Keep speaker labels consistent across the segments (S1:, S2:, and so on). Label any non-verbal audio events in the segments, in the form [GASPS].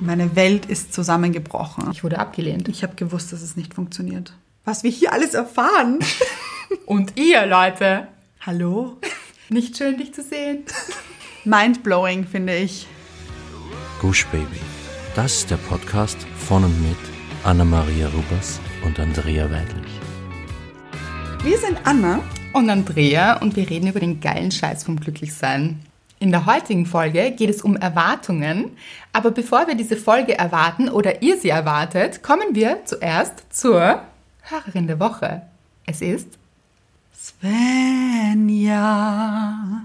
S1: Meine Welt ist zusammengebrochen.
S2: Ich wurde abgelehnt.
S1: Ich habe gewusst, dass es nicht funktioniert. Was wir hier alles erfahren.
S2: Und ihr, Leute,
S1: Hallo?
S2: [LAUGHS] nicht schön, dich zu sehen.
S1: Mindblowing, finde ich.
S3: Gush Baby. Das ist der Podcast von und mit Anna-Maria Rubers und Andrea Weidlich.
S1: Wir sind Anna.
S2: Und Andrea und wir reden über den geilen Scheiß vom Glücklichsein. In der heutigen Folge geht es um Erwartungen, aber bevor wir diese Folge erwarten oder ihr sie erwartet, kommen wir zuerst zur Hörerin der Woche. Es ist,
S1: Svenja.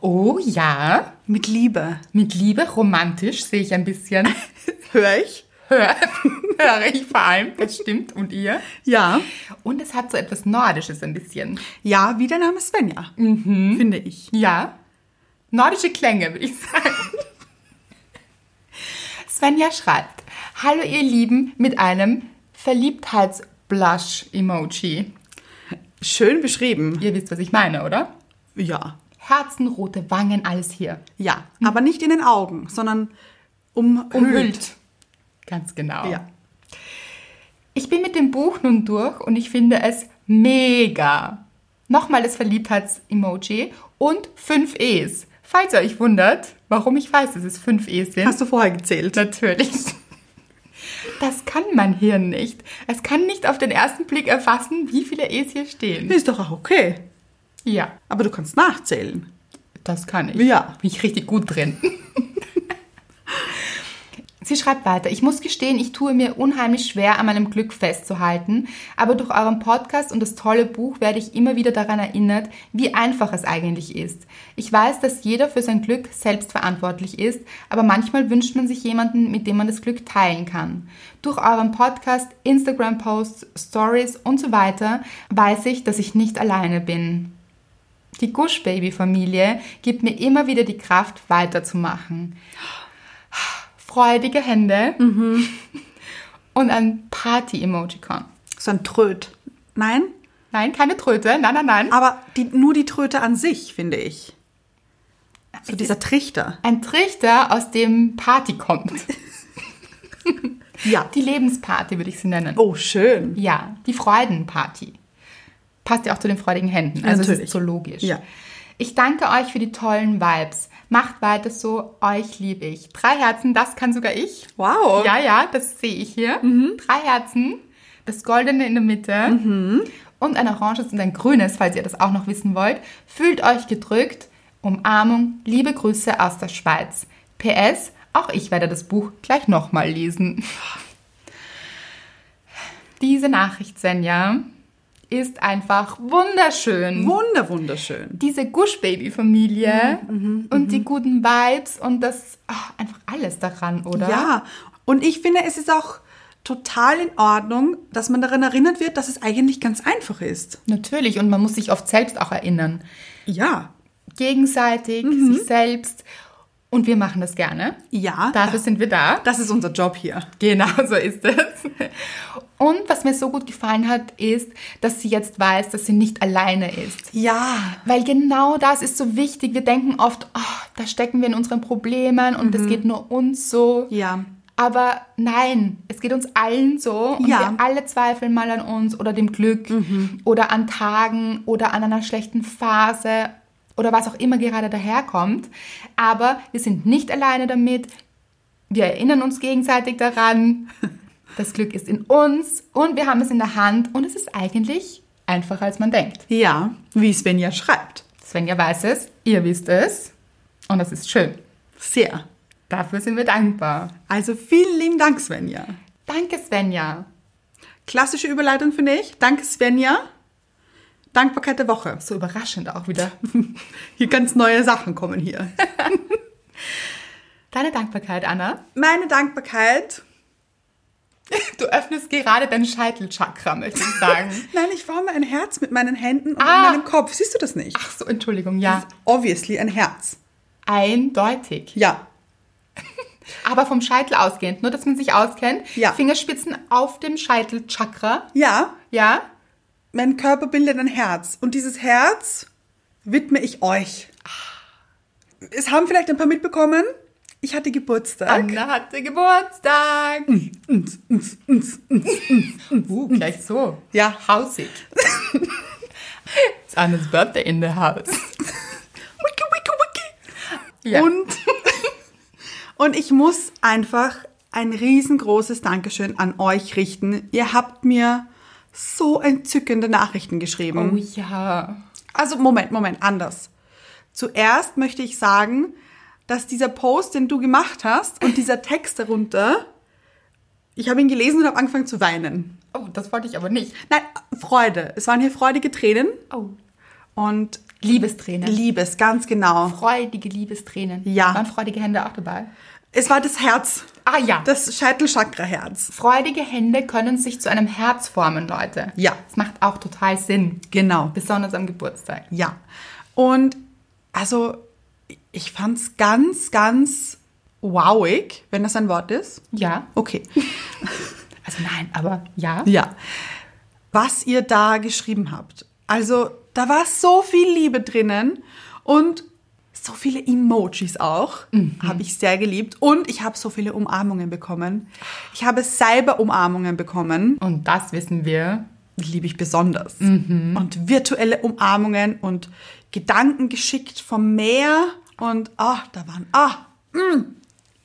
S2: oh ja,
S1: Mit Liebe.
S2: mit Liebe romantisch sehe ich ein bisschen.
S1: Hör ich?
S2: [LAUGHS] Hör- Höre ich vor allem, das stimmt, und ihr.
S1: Ja.
S2: Und es hat so etwas Nordisches ein bisschen.
S1: Ja, wie der Name Svenja.
S2: Mhm.
S1: Finde ich.
S2: Ja, nordische Klänge, würde ich sagen. Svenja schreibt, Hallo ihr Lieben mit einem Verliebtheits-Blush-Emoji.
S1: Schön beschrieben.
S2: Ihr wisst, was ich meine, oder?
S1: Ja.
S2: Herzen, rote Wangen, alles hier.
S1: Ja.
S2: Mhm.
S1: Aber nicht in den Augen, sondern umhüllt.
S2: Umhüllt. Ganz genau.
S1: Ja.
S2: Ich bin mit dem Buch nun durch und ich finde es mega. Nochmal das Verliebtheits-Emoji und 5 E's. Falls ihr euch wundert, warum ich weiß, dass es 5 E's sind.
S1: Hast du vorher gezählt?
S2: Natürlich. Das kann mein Hirn nicht. Es kann nicht auf den ersten Blick erfassen, wie viele E's hier stehen.
S1: Ist doch auch okay.
S2: Ja,
S1: Aber du kannst nachzählen.
S2: das kann ich.
S1: Ja.
S2: Bin ich richtig gut drin. [LAUGHS] Sie schreibt weiter, ich muss gestehen, ich tue mir unheimlich schwer, an meinem Glück festzuhalten, aber durch euren Podcast und das tolle Buch werde ich immer wieder daran erinnert, wie einfach es eigentlich ist. Ich weiß, dass jeder für sein Glück selbst verantwortlich ist, aber manchmal wünscht man sich jemanden, mit dem man das Glück teilen kann. Durch euren Podcast, Instagram-Posts, Stories und so weiter weiß ich, dass ich nicht alleine bin. Die Gush Baby Familie gibt mir immer wieder die Kraft, weiterzumachen. Freudige Hände
S1: Mhm.
S2: und ein Party-Emoticon.
S1: So ein Tröt. Nein?
S2: Nein, keine Tröte, nein, nein, nein.
S1: Aber die, nur die Tröte an sich, finde ich. So dieser Trichter.
S2: Ein Trichter, aus dem Party kommt.
S1: Ja.
S2: Die Lebensparty würde ich sie nennen.
S1: Oh, schön.
S2: Ja, die Freudenparty. Passt ja auch zu den freudigen Händen. Also es
S1: Natürlich.
S2: ist so logisch.
S1: Ja.
S2: Ich danke euch für die tollen Vibes. Macht weiter so, euch liebe ich. Drei Herzen, das kann sogar ich.
S1: Wow.
S2: Ja, ja, das sehe ich hier. Drei Herzen, das Goldene in der Mitte und ein oranges und ein grünes, falls ihr das auch noch wissen wollt. Fühlt euch gedrückt. Umarmung, liebe Grüße aus der Schweiz. PS, auch ich werde das Buch gleich nochmal lesen. Diese Nachricht, Senja, ist einfach wunderschön
S1: Wunder, wunderschön.
S2: diese Gush-Baby-Familie und die guten Vibes und das ach, einfach alles daran, oder?
S1: Ja, und ich finde, es ist auch total in Ordnung, dass man daran erinnert wird, dass es eigentlich ganz einfach ist.
S2: Natürlich, und man muss sich oft selbst auch erinnern.
S1: Ja,
S2: Gegenseitig, sich selbst. Und wir machen das gerne.
S1: ja,
S2: Dafür sind wir da. [LAUGHS]
S1: das ist unser Job hier.
S2: Genau so ist es. Und was mir so gut gefallen hat, ist, dass sie jetzt weiß, dass sie nicht alleine ist.
S1: Ja,
S2: Weil genau das ist so wichtig. Wir denken oft, ah, da stecken wir in unseren Problemen und das geht nur uns so.
S1: ja,
S2: Aber nein, es geht uns allen so und
S1: Ja.
S2: wir alle zweifeln mal an uns oder dem Glück oder an Tagen oder an einer schlechten Phase oder was auch immer gerade daherkommt. Aber wir sind nicht alleine damit. Wir erinnern uns gegenseitig daran. Das Glück ist in uns und wir haben es in der Hand und es ist eigentlich einfacher, als man denkt.
S1: ja, wie Svenja schreibt.
S2: Svenja weiß es, ihr wisst es und das ist schön.
S1: Sehr.
S2: Dafür sind wir dankbar.
S1: Also vielen lieben Dank, Svenja.
S2: Danke, Svenja.
S1: Klassische Überleitung finde ich. Danke, Svenja. Dankbarkeit der Woche. [LAUGHS]
S2: So überraschend auch wieder.
S1: Hier ganz neue Sachen kommen hier.
S2: Deine Dankbarkeit, Anna.
S1: Meine Dankbarkeit.
S2: Du öffnest gerade dein Scheitelchakra, möchte ich
S1: [LAUGHS]
S2: sagen.
S1: Nein, ich forme ein Herz mit meinen Händen und
S2: Ah.
S1: meinem Kopf. Siehst du das nicht?
S2: Ach so, Entschuldigung, ja.
S1: Obviously ein Herz.
S2: Eindeutig.
S1: Ja,
S2: Aber vom Scheitel ausgehend, nur dass man sich auskennt.
S1: Ja.
S2: Fingerspitzen auf dem Scheitelchakra.
S1: ja,
S2: Ja.
S1: Mein Körper bildet ein Herz und dieses Herz widme ich euch. Es haben vielleicht ein paar mitbekommen, Ich hatte Geburtstag.
S2: Anna hatte Geburtstag.
S1: Hm.
S2: uh, gleich so.
S1: Ja. [LAUGHS]
S2: Hausig. It's Anna's birthday in the house.
S1: Wicke, wicke, wicke.
S2: Ja.
S1: Und, [LAUGHS] und ich muss einfach ein riesengroßes Dankeschön an euch richten. Ihr habt mir so entzückende Nachrichten geschrieben.
S2: oh ja.
S1: Also Moment, Moment, anders. Zuerst möchte ich sagen, dass dieser Post, den du gemacht hast und dieser Text darunter, ich habe ihn gelesen und habe angefangen zu weinen.
S2: Oh, das wollte ich aber nicht.
S1: Nein, Freude. Es waren hier freudige Tränen
S2: Oh.
S1: und
S2: Liebestränen.
S1: Liebes, ganz genau.
S2: freudige Liebestränen.
S1: Ja.
S2: Waren freudige Hände auch dabei?
S1: Es war das Herz,
S2: Ah ja.
S1: das Scheitelchakra-Herz.
S2: freudige Hände können sich zu einem Herz formen, Leute.
S1: Ja.
S2: Das macht auch total Sinn.
S1: Genau.
S2: Besonders am Geburtstag.
S1: Ja. Und also, ich fand es ganz, ganz wowig, wenn das ein Wort ist.
S2: Ja.
S1: Okay.
S2: Also nein, aber ja.
S1: Ja. Was ihr da geschrieben habt. Also, da war so viel Liebe drinnen und so viele Emojis auch. Habe ich sehr geliebt. Und ich habe so viele Umarmungen bekommen. Ich habe selber Umarmungen bekommen.
S2: Und das wissen wir.
S1: Liebe ich besonders. Und virtuelle Umarmungen und Gedanken geschickt vom Meer. Und ah, da waren, ah, mm,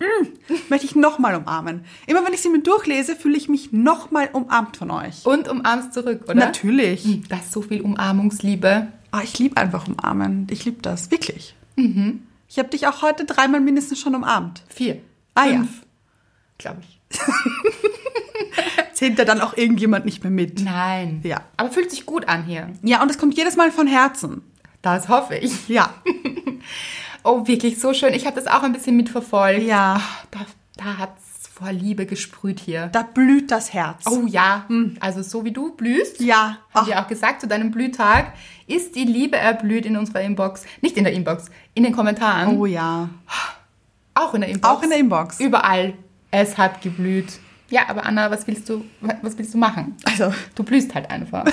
S1: mm, möchte ich nochmal umarmen. Immer wenn ich sie mir durchlese, fühle ich mich nochmal umarmt von euch.
S2: Und umarmst zurück, oder? Mhm. Hm,
S1: Natürlich.
S2: Das ist so viel Umarmungsliebe.
S1: Ah, ich liebe einfach umarmen. Ich liebe das, wirklich. Ich habe dich auch heute dreimal mindestens schon umarmt.
S2: Vier.
S1: Ah, ja.
S2: Fünf. Glaube ich.
S1: Zählt da dann auch irgendjemand nicht mehr mit?
S2: Nein.
S1: Ja.
S2: Aber fühlt sich gut an hier.
S1: Ja, und es kommt jedes Mal von Herzen.
S2: Das hoffe ich.
S1: Ja.
S2: Oh, wirklich so schön. Ich habe das auch ein bisschen mitverfolgt.
S1: Ja.
S2: Ah, Da, da hat es vor Liebe gesprüht hier.
S1: Da blüht das Herz.
S2: Oh ja. Also so wie du blühst.
S1: Hm. Ja.
S2: Haben
S1: Ach.
S2: wir auch gesagt, zu deinem Blühtag ist die Liebe erblüht in unserer Inbox. Nicht in der Inbox, in den Kommentaren.
S1: Oh ja.
S2: Auch in der Inbox.
S1: Auch in der Inbox.
S2: Überall. Es hat geblüht. Ja, aber Anna, was willst du, was willst du machen?
S1: Also,
S2: Du blühst
S1: [LAUGHS]
S2: halt einfach.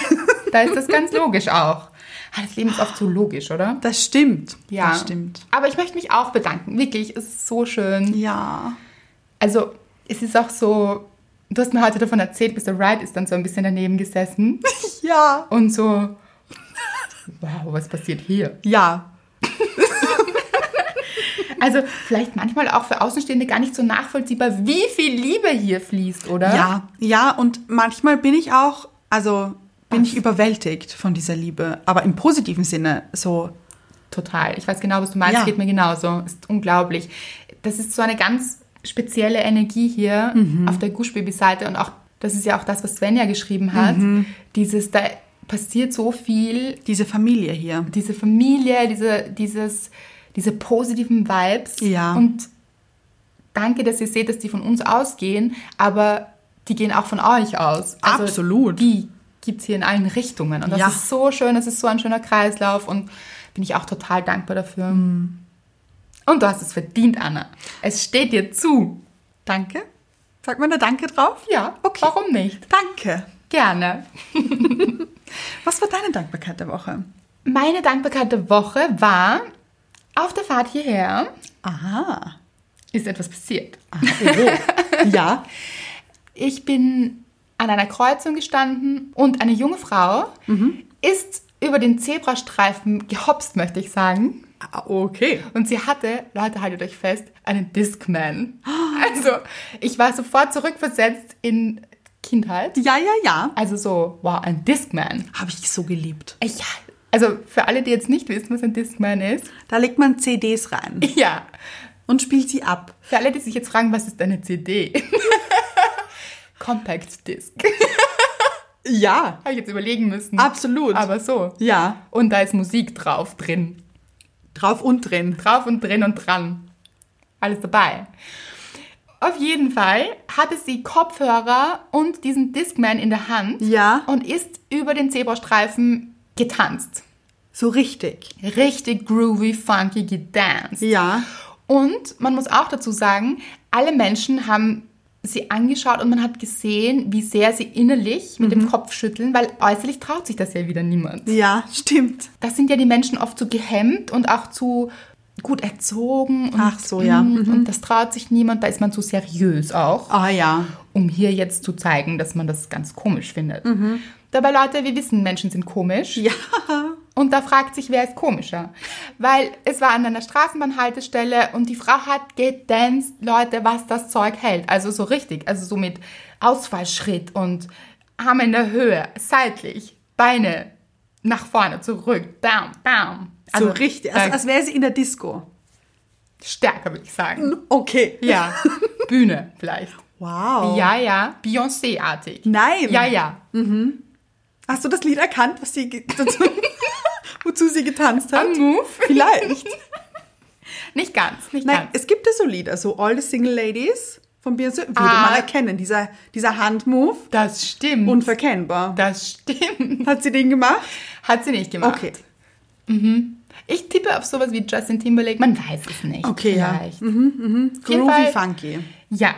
S2: da ist das ganz logisch auch. Ah, Das Leben ist oft so logisch, oder?
S1: das stimmt. Das stimmt.
S2: Aber ich möchte mich auch bedanken. Wirklich, es ist so schön.
S1: Ja.
S2: Also, es ist auch so, du hast mir heute davon erzählt, Mr. Wright ist dann so ein bisschen daneben gesessen
S1: Ja.
S2: und so, wow, was passiert hier?
S1: Ja.
S2: Also, vielleicht manchmal auch für Außenstehende gar nicht so nachvollziehbar, wie viel Liebe hier fließt, oder?
S1: Ja. Ja, und manchmal bin ich auch, also bin ich überwältigt von dieser Liebe, aber im positiven Sinne so.
S2: Total. Ich weiß genau, was du meinst.
S1: Ja.
S2: Geht mir genauso. Ist unglaublich. Das ist so eine ganz spezielle Energie hier auf der Guschbaby-Seite und auch, das ist ja auch das, was Svenja geschrieben hat. Dieses, da passiert so viel.
S1: Diese Familie hier.
S2: Diese Familie, diese, dieses, diese positiven Vibes.
S1: Ja.
S2: Und danke, dass ihr seht, dass die von uns ausgehen, aber die gehen auch von euch aus. Also
S1: Absolut.
S2: Die gibt es hier in allen Richtungen. Und das
S1: Ja.
S2: ist so schön, das ist so ein schöner Kreislauf und bin ich auch total dankbar dafür.
S1: Mhm.
S2: Und du hast es verdient, Anna. Es steht dir zu.
S1: Danke. Sagt man da Danke drauf?
S2: Ja,
S1: Okay.
S2: warum nicht?
S1: Danke.
S2: Gerne.
S1: Was war deine Dankbarkeit der Woche?
S2: Meine Dankbarkeit der Woche war, auf der Fahrt hierher
S1: Aha.
S2: ist etwas passiert.
S1: Oh. [LAUGHS] ja.
S2: Ich bin an einer Kreuzung gestanden und eine junge Frau
S1: Mhm.
S2: ist über den Zebrastreifen gehopst, möchte ich sagen.
S1: Ah, Okay.
S2: Und sie hatte, Leute, haltet euch fest,
S1: [GASPS]
S2: einen Discman. Also, ich war sofort zurückversetzt in Kindheit.
S1: Ja, ja, ja.
S2: Also so, wow, ein Discman.
S1: Habe ich so geliebt.
S2: Ja. Also für alle, die jetzt nicht wissen, was ein Discman ist,
S1: Da legt man CDs rein
S2: ja.
S1: und spielt sie ab.
S2: Für alle, die sich jetzt fragen, was ist eine CD? [LAUGHS] Compact Disc.
S1: Ja.
S2: Habe ich jetzt überlegen müssen.
S1: Absolut.
S2: Aber so.
S1: Ja.
S2: Und da ist Musik drauf, drin.
S1: Drauf und drin.
S2: Drauf und drin und dran. Alles dabei. Auf jeden Fall hatte sie Kopfhörer und diesen Discman in der Hand
S1: Ja.
S2: und ist über den Zebrastreifen getanzt.
S1: So richtig.
S2: Richtig groovy, funky gedanced.
S1: Ja.
S2: Und man muss auch dazu sagen, alle Menschen haben sie angeschaut und man hat gesehen, wie sehr sie innerlich mit dem Kopf schütteln, weil äußerlich traut sich das ja wieder niemand.
S1: Ja, stimmt.
S2: Das sind ja die Menschen oft zu gehemmt und auch zu gut erzogen und,
S1: Ach so, ja. Mhm.
S2: mm, und das traut sich niemand, da ist man zu seriös auch,
S1: Ah ja.
S2: um hier jetzt zu zeigen, dass man das ganz komisch findet. Dabei, Leute, wir wissen, Menschen sind komisch.
S1: Mhm. Ja.
S2: Und da fragt sich, wer ist komischer? Weil es war an einer Straßenbahnhaltestelle und die Frau hat gedanced, Leute, was das Zeug hält. Also so richtig, also so mit Ausfallschritt und Arme in der Höhe, seitlich, Beine nach vorne, zurück, bam, bam.
S1: so richtig. Also,
S2: äh,
S1: als wäre sie in der Disco.
S2: stärker, würde
S1: [LAUGHS]
S2: ich sagen.
S1: Okay.
S2: Ja, Bühne vielleicht.
S1: Wow.
S2: Ja, ja, Beyoncé-artig.
S1: Oh. Nein.
S2: Ja, ja.
S1: Hast du das Lied erkannt, was sie ge- [LAUGHS] dazu, wozu sie getanzt hat?
S2: Am Move?
S1: Vielleicht.
S2: Nicht ganz, nicht
S1: Nein,
S2: ganz.
S1: es gibt ja so Lieder, so All the Single Ladies von Beyoncé würde
S2: Ah.
S1: man erkennen. Dieser, dieser Handmove,
S2: Das stimmt.
S1: unverkennbar.
S2: das stimmt.
S1: Hat sie den gemacht?
S2: Hat sie nicht gemacht.
S1: Okay.
S2: Ich tippe auf sowas wie Justin Timberlake. Man weiß es nicht.
S1: Okay, ja. Mhm.
S2: Vielleicht. jeden
S1: Groovy
S2: Fall-
S1: Funky.
S2: Ja.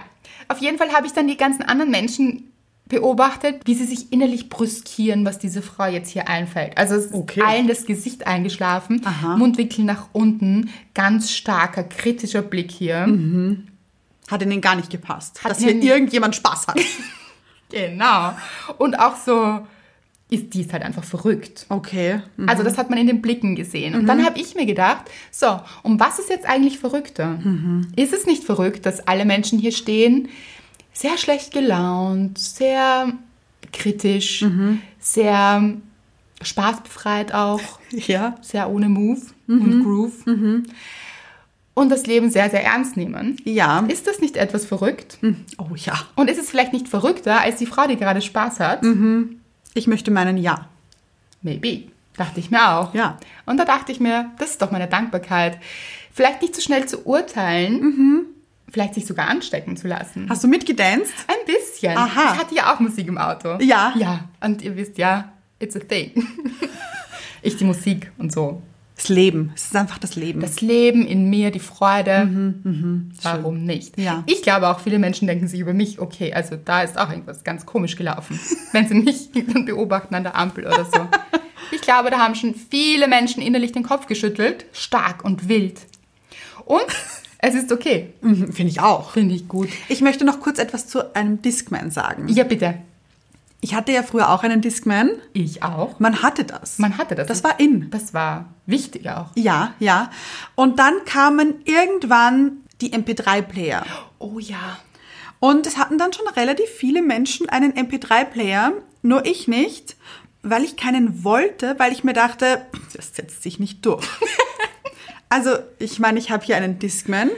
S2: Auf jeden Fall habe ich dann die ganzen anderen Menschen beobachtet, wie sie sich innerlich brüskieren, was diese Frau jetzt hier einfällt. Also es
S1: Okay.
S2: ist allen das Gesicht eingeschlafen,
S1: Aha.
S2: Mundwinkel nach unten, ganz starker, kritischer Blick hier.
S1: Mhm. Hat ihnen gar nicht gepasst.
S2: Hat
S1: dass hier
S2: ihnen-
S1: irgendjemand Spaß [LAUGHS] hat.
S2: Genau. Und auch so, ist dies halt einfach verrückt.
S1: Okay. Hm.
S2: Also das hat man in den Blicken gesehen. Und dann habe ich mir gedacht, so, um was ist jetzt eigentlich verrückter? Ist es nicht verrückt, dass alle Menschen hier stehen, sehr schlecht gelaunt, sehr kritisch, sehr spaßbefreit auch,
S1: Ja.
S2: sehr ohne Move und Groove und das Leben sehr, sehr ernst nehmen?
S1: Ja.
S2: Ist das nicht etwas verrückt?
S1: Oh ja.
S2: Und ist es vielleicht nicht verrückter als die Frau, die gerade Spaß hat?
S1: Ich möchte meinen Ja.
S2: Maybe. Dachte ich mir auch.
S1: Ja.
S2: Und da dachte ich mir, das ist doch meine Dankbarkeit. Vielleicht nicht so schnell zu urteilen, vielleicht sich sogar anstecken zu lassen.
S1: Mhm. Hast du mitgedanced?
S2: Ein bisschen.
S1: Aha.
S2: Ich hatte ja auch Musik im Auto.
S1: Ja.
S2: Ja. Und ihr wisst ja, it's a thing. [LAUGHS] ich die Musik und so.
S1: Das Leben. Es ist einfach das Leben.
S2: Das Leben in mir, die Freude. Warum nicht?
S1: Mhm, Ja.
S2: Ich glaube auch, viele Menschen denken sich über mich, okay, also da ist auch irgendwas ganz komisch gelaufen. Wenn sie mich [LAUGHS] dann beobachten an der Ampel oder so. Ich glaube, da haben schon viele Menschen innerlich den Kopf geschüttelt. Stark und wild. Und es ist okay.
S1: Mhm, Finde ich auch.
S2: Finde ich gut.
S1: Ich möchte noch kurz etwas zu einem Discman sagen.
S2: Ja, bitte.
S1: Ich hatte ja früher auch einen Discman.
S2: Ich auch.
S1: Man hatte das.
S2: Man hatte das.
S1: Das war in.
S2: Das war wichtig auch.
S1: Ja, ja. Und dann kamen irgendwann die MP3-Player.
S2: Oh ja.
S1: Und es hatten dann schon relativ viele Menschen einen MP3-Player, nur ich nicht, weil ich keinen wollte, weil ich mir dachte, das setzt sich nicht
S2: [LAUGHS]
S1: durch. also, ich meine, ich habe hier einen Discman,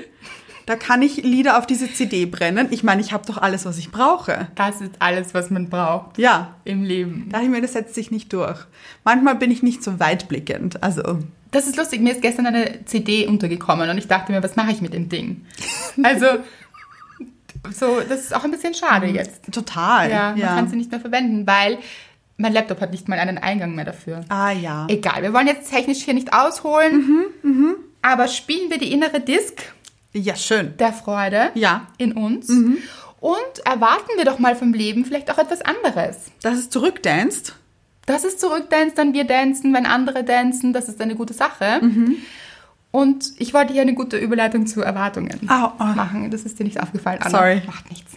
S1: da kann ich Lieder auf diese CD brennen. Ich meine, ich habe doch alles, was ich brauche.
S2: Das ist alles, was man braucht
S1: Ja,
S2: im Leben.
S1: dachte ich mir, das setzt sich nicht durch. Manchmal bin ich nicht so weitblickend, also
S2: Das ist lustig, mir ist gestern eine CD untergekommen und ich dachte mir, was mache ich mit dem Ding? Also, so, das ist auch ein bisschen schade jetzt.
S1: total.
S2: Ja, man kann sie nicht mehr verwenden, weil mein Laptop hat nicht mal einen Eingang mehr dafür.
S1: Ah ja.
S2: Egal, wir wollen jetzt technisch hier nicht ausholen, aber spielen wir die innere Disk
S1: Ja, schön.
S2: der Freude
S1: Ja.
S2: in uns und erwarten wir doch mal vom Leben vielleicht auch etwas anderes.
S1: Dass es zurückdanzt.
S2: Das ist Zurückdance, dann wir tanzen, wenn andere tanzen, das ist eine gute Sache.
S1: Mhm.
S2: Und ich wollte hier eine gute Überleitung zu Erwartungen
S1: Ah, ah.
S2: machen. Das ist dir nicht aufgefallen, Anna.
S1: Sorry.
S2: Macht nichts.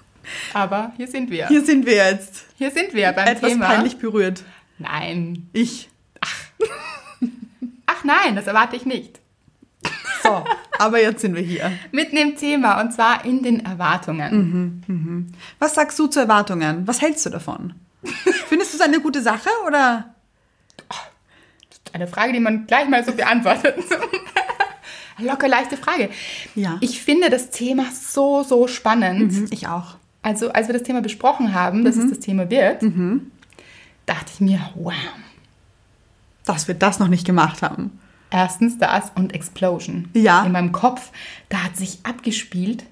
S2: [LAUGHS] Aber hier sind wir. Hier,
S1: Hier sind wir jetzt.
S2: sind wir beim
S1: Etwas
S2: Thema.
S1: peinlich berührt.
S2: Nein.
S1: Ich.
S2: Ach nein, das erwarte ich nicht.
S1: So, aber jetzt sind wir hier.
S2: Mitten im Thema und zwar in den
S1: Mhm.
S2: Erwartungen.
S1: Was sagst du zu Erwartungen? Was hältst du davon? Findest du es eine gute Sache oder?
S2: Eine Frage, die man gleich mal so beantwortet.
S1: [LAUGHS]
S2: Locker leichte Frage.
S1: Ja. Mhm.
S2: Ich finde das Thema so, so spannend.
S1: Ich auch.
S2: Also, als wir das Thema besprochen haben, dass es das Thema wird, dachte ich mir, wow.
S1: Dass wir das noch nicht gemacht haben.
S2: Erstens das und Explosion.
S1: Ja.
S2: In meinem Kopf, da hat sich abgespielt,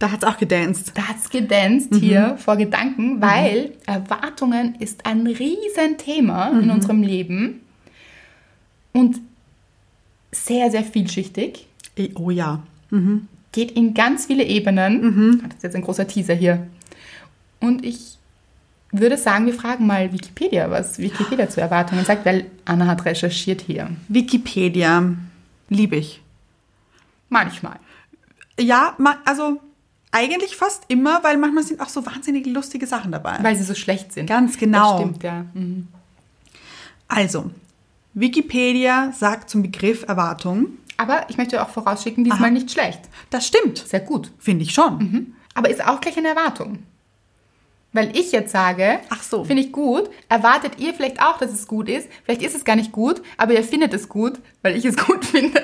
S1: Da hat es auch gedanced.
S2: da hat es gedanced hier vor Gedanken, weil Erwartungen ist ein Riesenthema in unserem Leben und sehr, sehr vielschichtig.
S1: Eh, Oh ja.
S2: geht in ganz viele Ebenen.
S1: Mhm.
S2: Ah, Das ist jetzt ein großer Teaser hier. Und ich würde sagen, wir fragen mal Wikipedia, was Wikipedia zu Erwartungen sagt, weil Anna hat recherchiert hier.
S1: Wikipedia. Liebe ich.
S2: Manchmal.
S1: Ja, ma- also eigentlich fast immer, weil manchmal sind auch so wahnsinnig lustige Sachen dabei.
S2: Weil sie so schlecht sind.
S1: Ganz genau.
S2: Das stimmt, ja. Mhm.
S1: Also, Wikipedia sagt zum Begriff Erwartung,
S2: Aber ich möchte auch vorausschicken, diesmal
S1: Aha.
S2: nicht schlecht.
S1: das stimmt.
S2: Sehr gut.
S1: Finde ich schon.
S2: Aber ist auch gleich eine Erwartung. Weil ich jetzt sage,
S1: Ach so.
S2: finde ich gut, erwartet ihr vielleicht auch, dass es gut ist. Vielleicht ist es gar nicht gut, aber ihr findet es gut, weil ich es [LAUGHS] gut finde.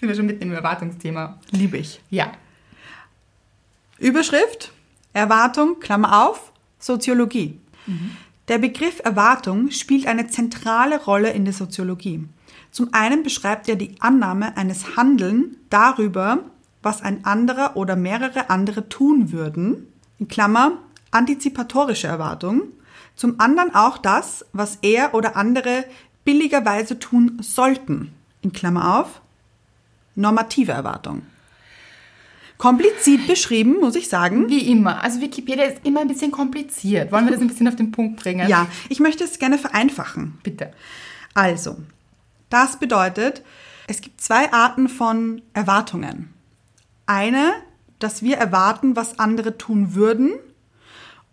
S2: Sind wir schon mitten im Erwartungsthema.
S1: Liebe ich.
S2: Ja.
S1: Überschrift, Erwartung, Klammer auf, Soziologie. Der Begriff Erwartung spielt eine zentrale Rolle in der Soziologie. Zum einen beschreibt er die Annahme eines Handeln darüber, was ein anderer oder mehrere andere tun würden, in Klammer antizipatorische Erwartung, zum anderen auch das, was er oder andere billigerweise tun sollten, in Klammer auf, normative Erwartung. Kompliziert beschrieben, muss ich sagen.
S2: Wie immer. Also Wikipedia ist immer ein bisschen kompliziert. Wollen wir das ein bisschen auf den Punkt bringen?
S1: Ja, ich möchte es gerne vereinfachen.
S2: Bitte.
S1: Also, das bedeutet, es gibt zwei Arten von Erwartungen. Eine, dass wir erwarten, was andere tun würden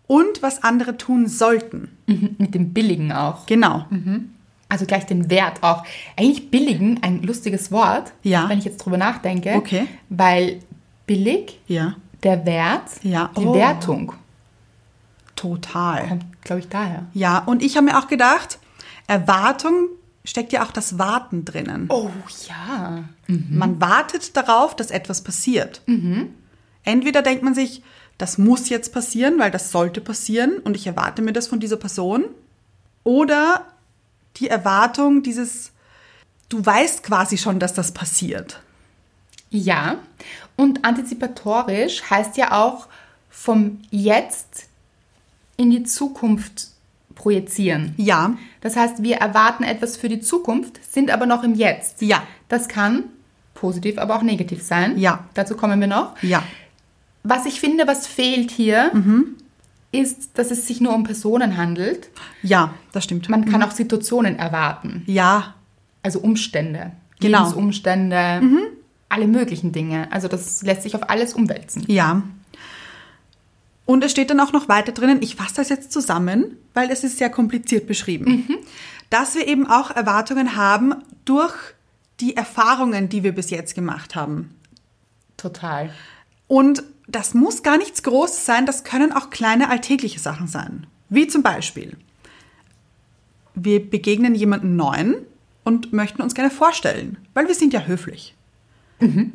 S1: und was andere tun sollten.
S2: Mhm, Mit dem Billigen auch.
S1: Genau.
S2: Also gleich den Wert auch. Eigentlich billigen, ein lustiges Wort,
S1: Ja.
S2: wenn ich jetzt drüber nachdenke.
S1: Okay.
S2: Weil billig,
S1: Ja,
S2: der Wert,
S1: Ja.
S2: die
S1: Oh.
S2: Wertung
S1: total.
S2: kommt, glaube ich, daher.
S1: Ja, und ich habe mir auch gedacht, Erwartung steckt ja auch das Warten drinnen.
S2: Oh ja.
S1: Mhm. Man wartet darauf, dass etwas passiert.
S2: Mhm.
S1: Entweder denkt man sich, das muss jetzt passieren, weil das sollte passieren und ich erwarte mir das von dieser Person. Oder die Erwartung dieses, du weißt quasi schon, dass das passiert.
S2: Ja. Und antizipatorisch heißt ja auch vom Jetzt in die Zukunft projizieren.
S1: Ja,
S2: Das heißt, wir erwarten etwas für die Zukunft, sind aber noch im Jetzt.
S1: Ja.
S2: Das kann positiv, aber auch negativ sein.
S1: Ja.
S2: Dazu kommen wir noch.
S1: ja,
S2: Was ich finde, was fehlt hier,
S1: Mhm.
S2: ist, dass es sich nur um Personen handelt.
S1: ja, das stimmt.
S2: Man kann auch Situationen erwarten,
S1: ja,
S2: also Umstände,
S1: Genau. Mhm.
S2: Lebensumstände, alle möglichen Dinge. Also das lässt sich auf alles umwälzen.
S1: ja. Und es steht dann auch noch weiter drinnen, ich fasse das jetzt zusammen, weil es ist sehr kompliziert beschrieben, dass wir eben auch Erwartungen haben durch die Erfahrungen, die wir bis jetzt gemacht haben.
S2: Total.
S1: Und das muss gar nichts Großes sein, das können auch kleine alltägliche Sachen sein. Wie zum Beispiel, wir begegnen jemanden Neuen und möchten uns gerne vorstellen, weil wir sind ja höflich.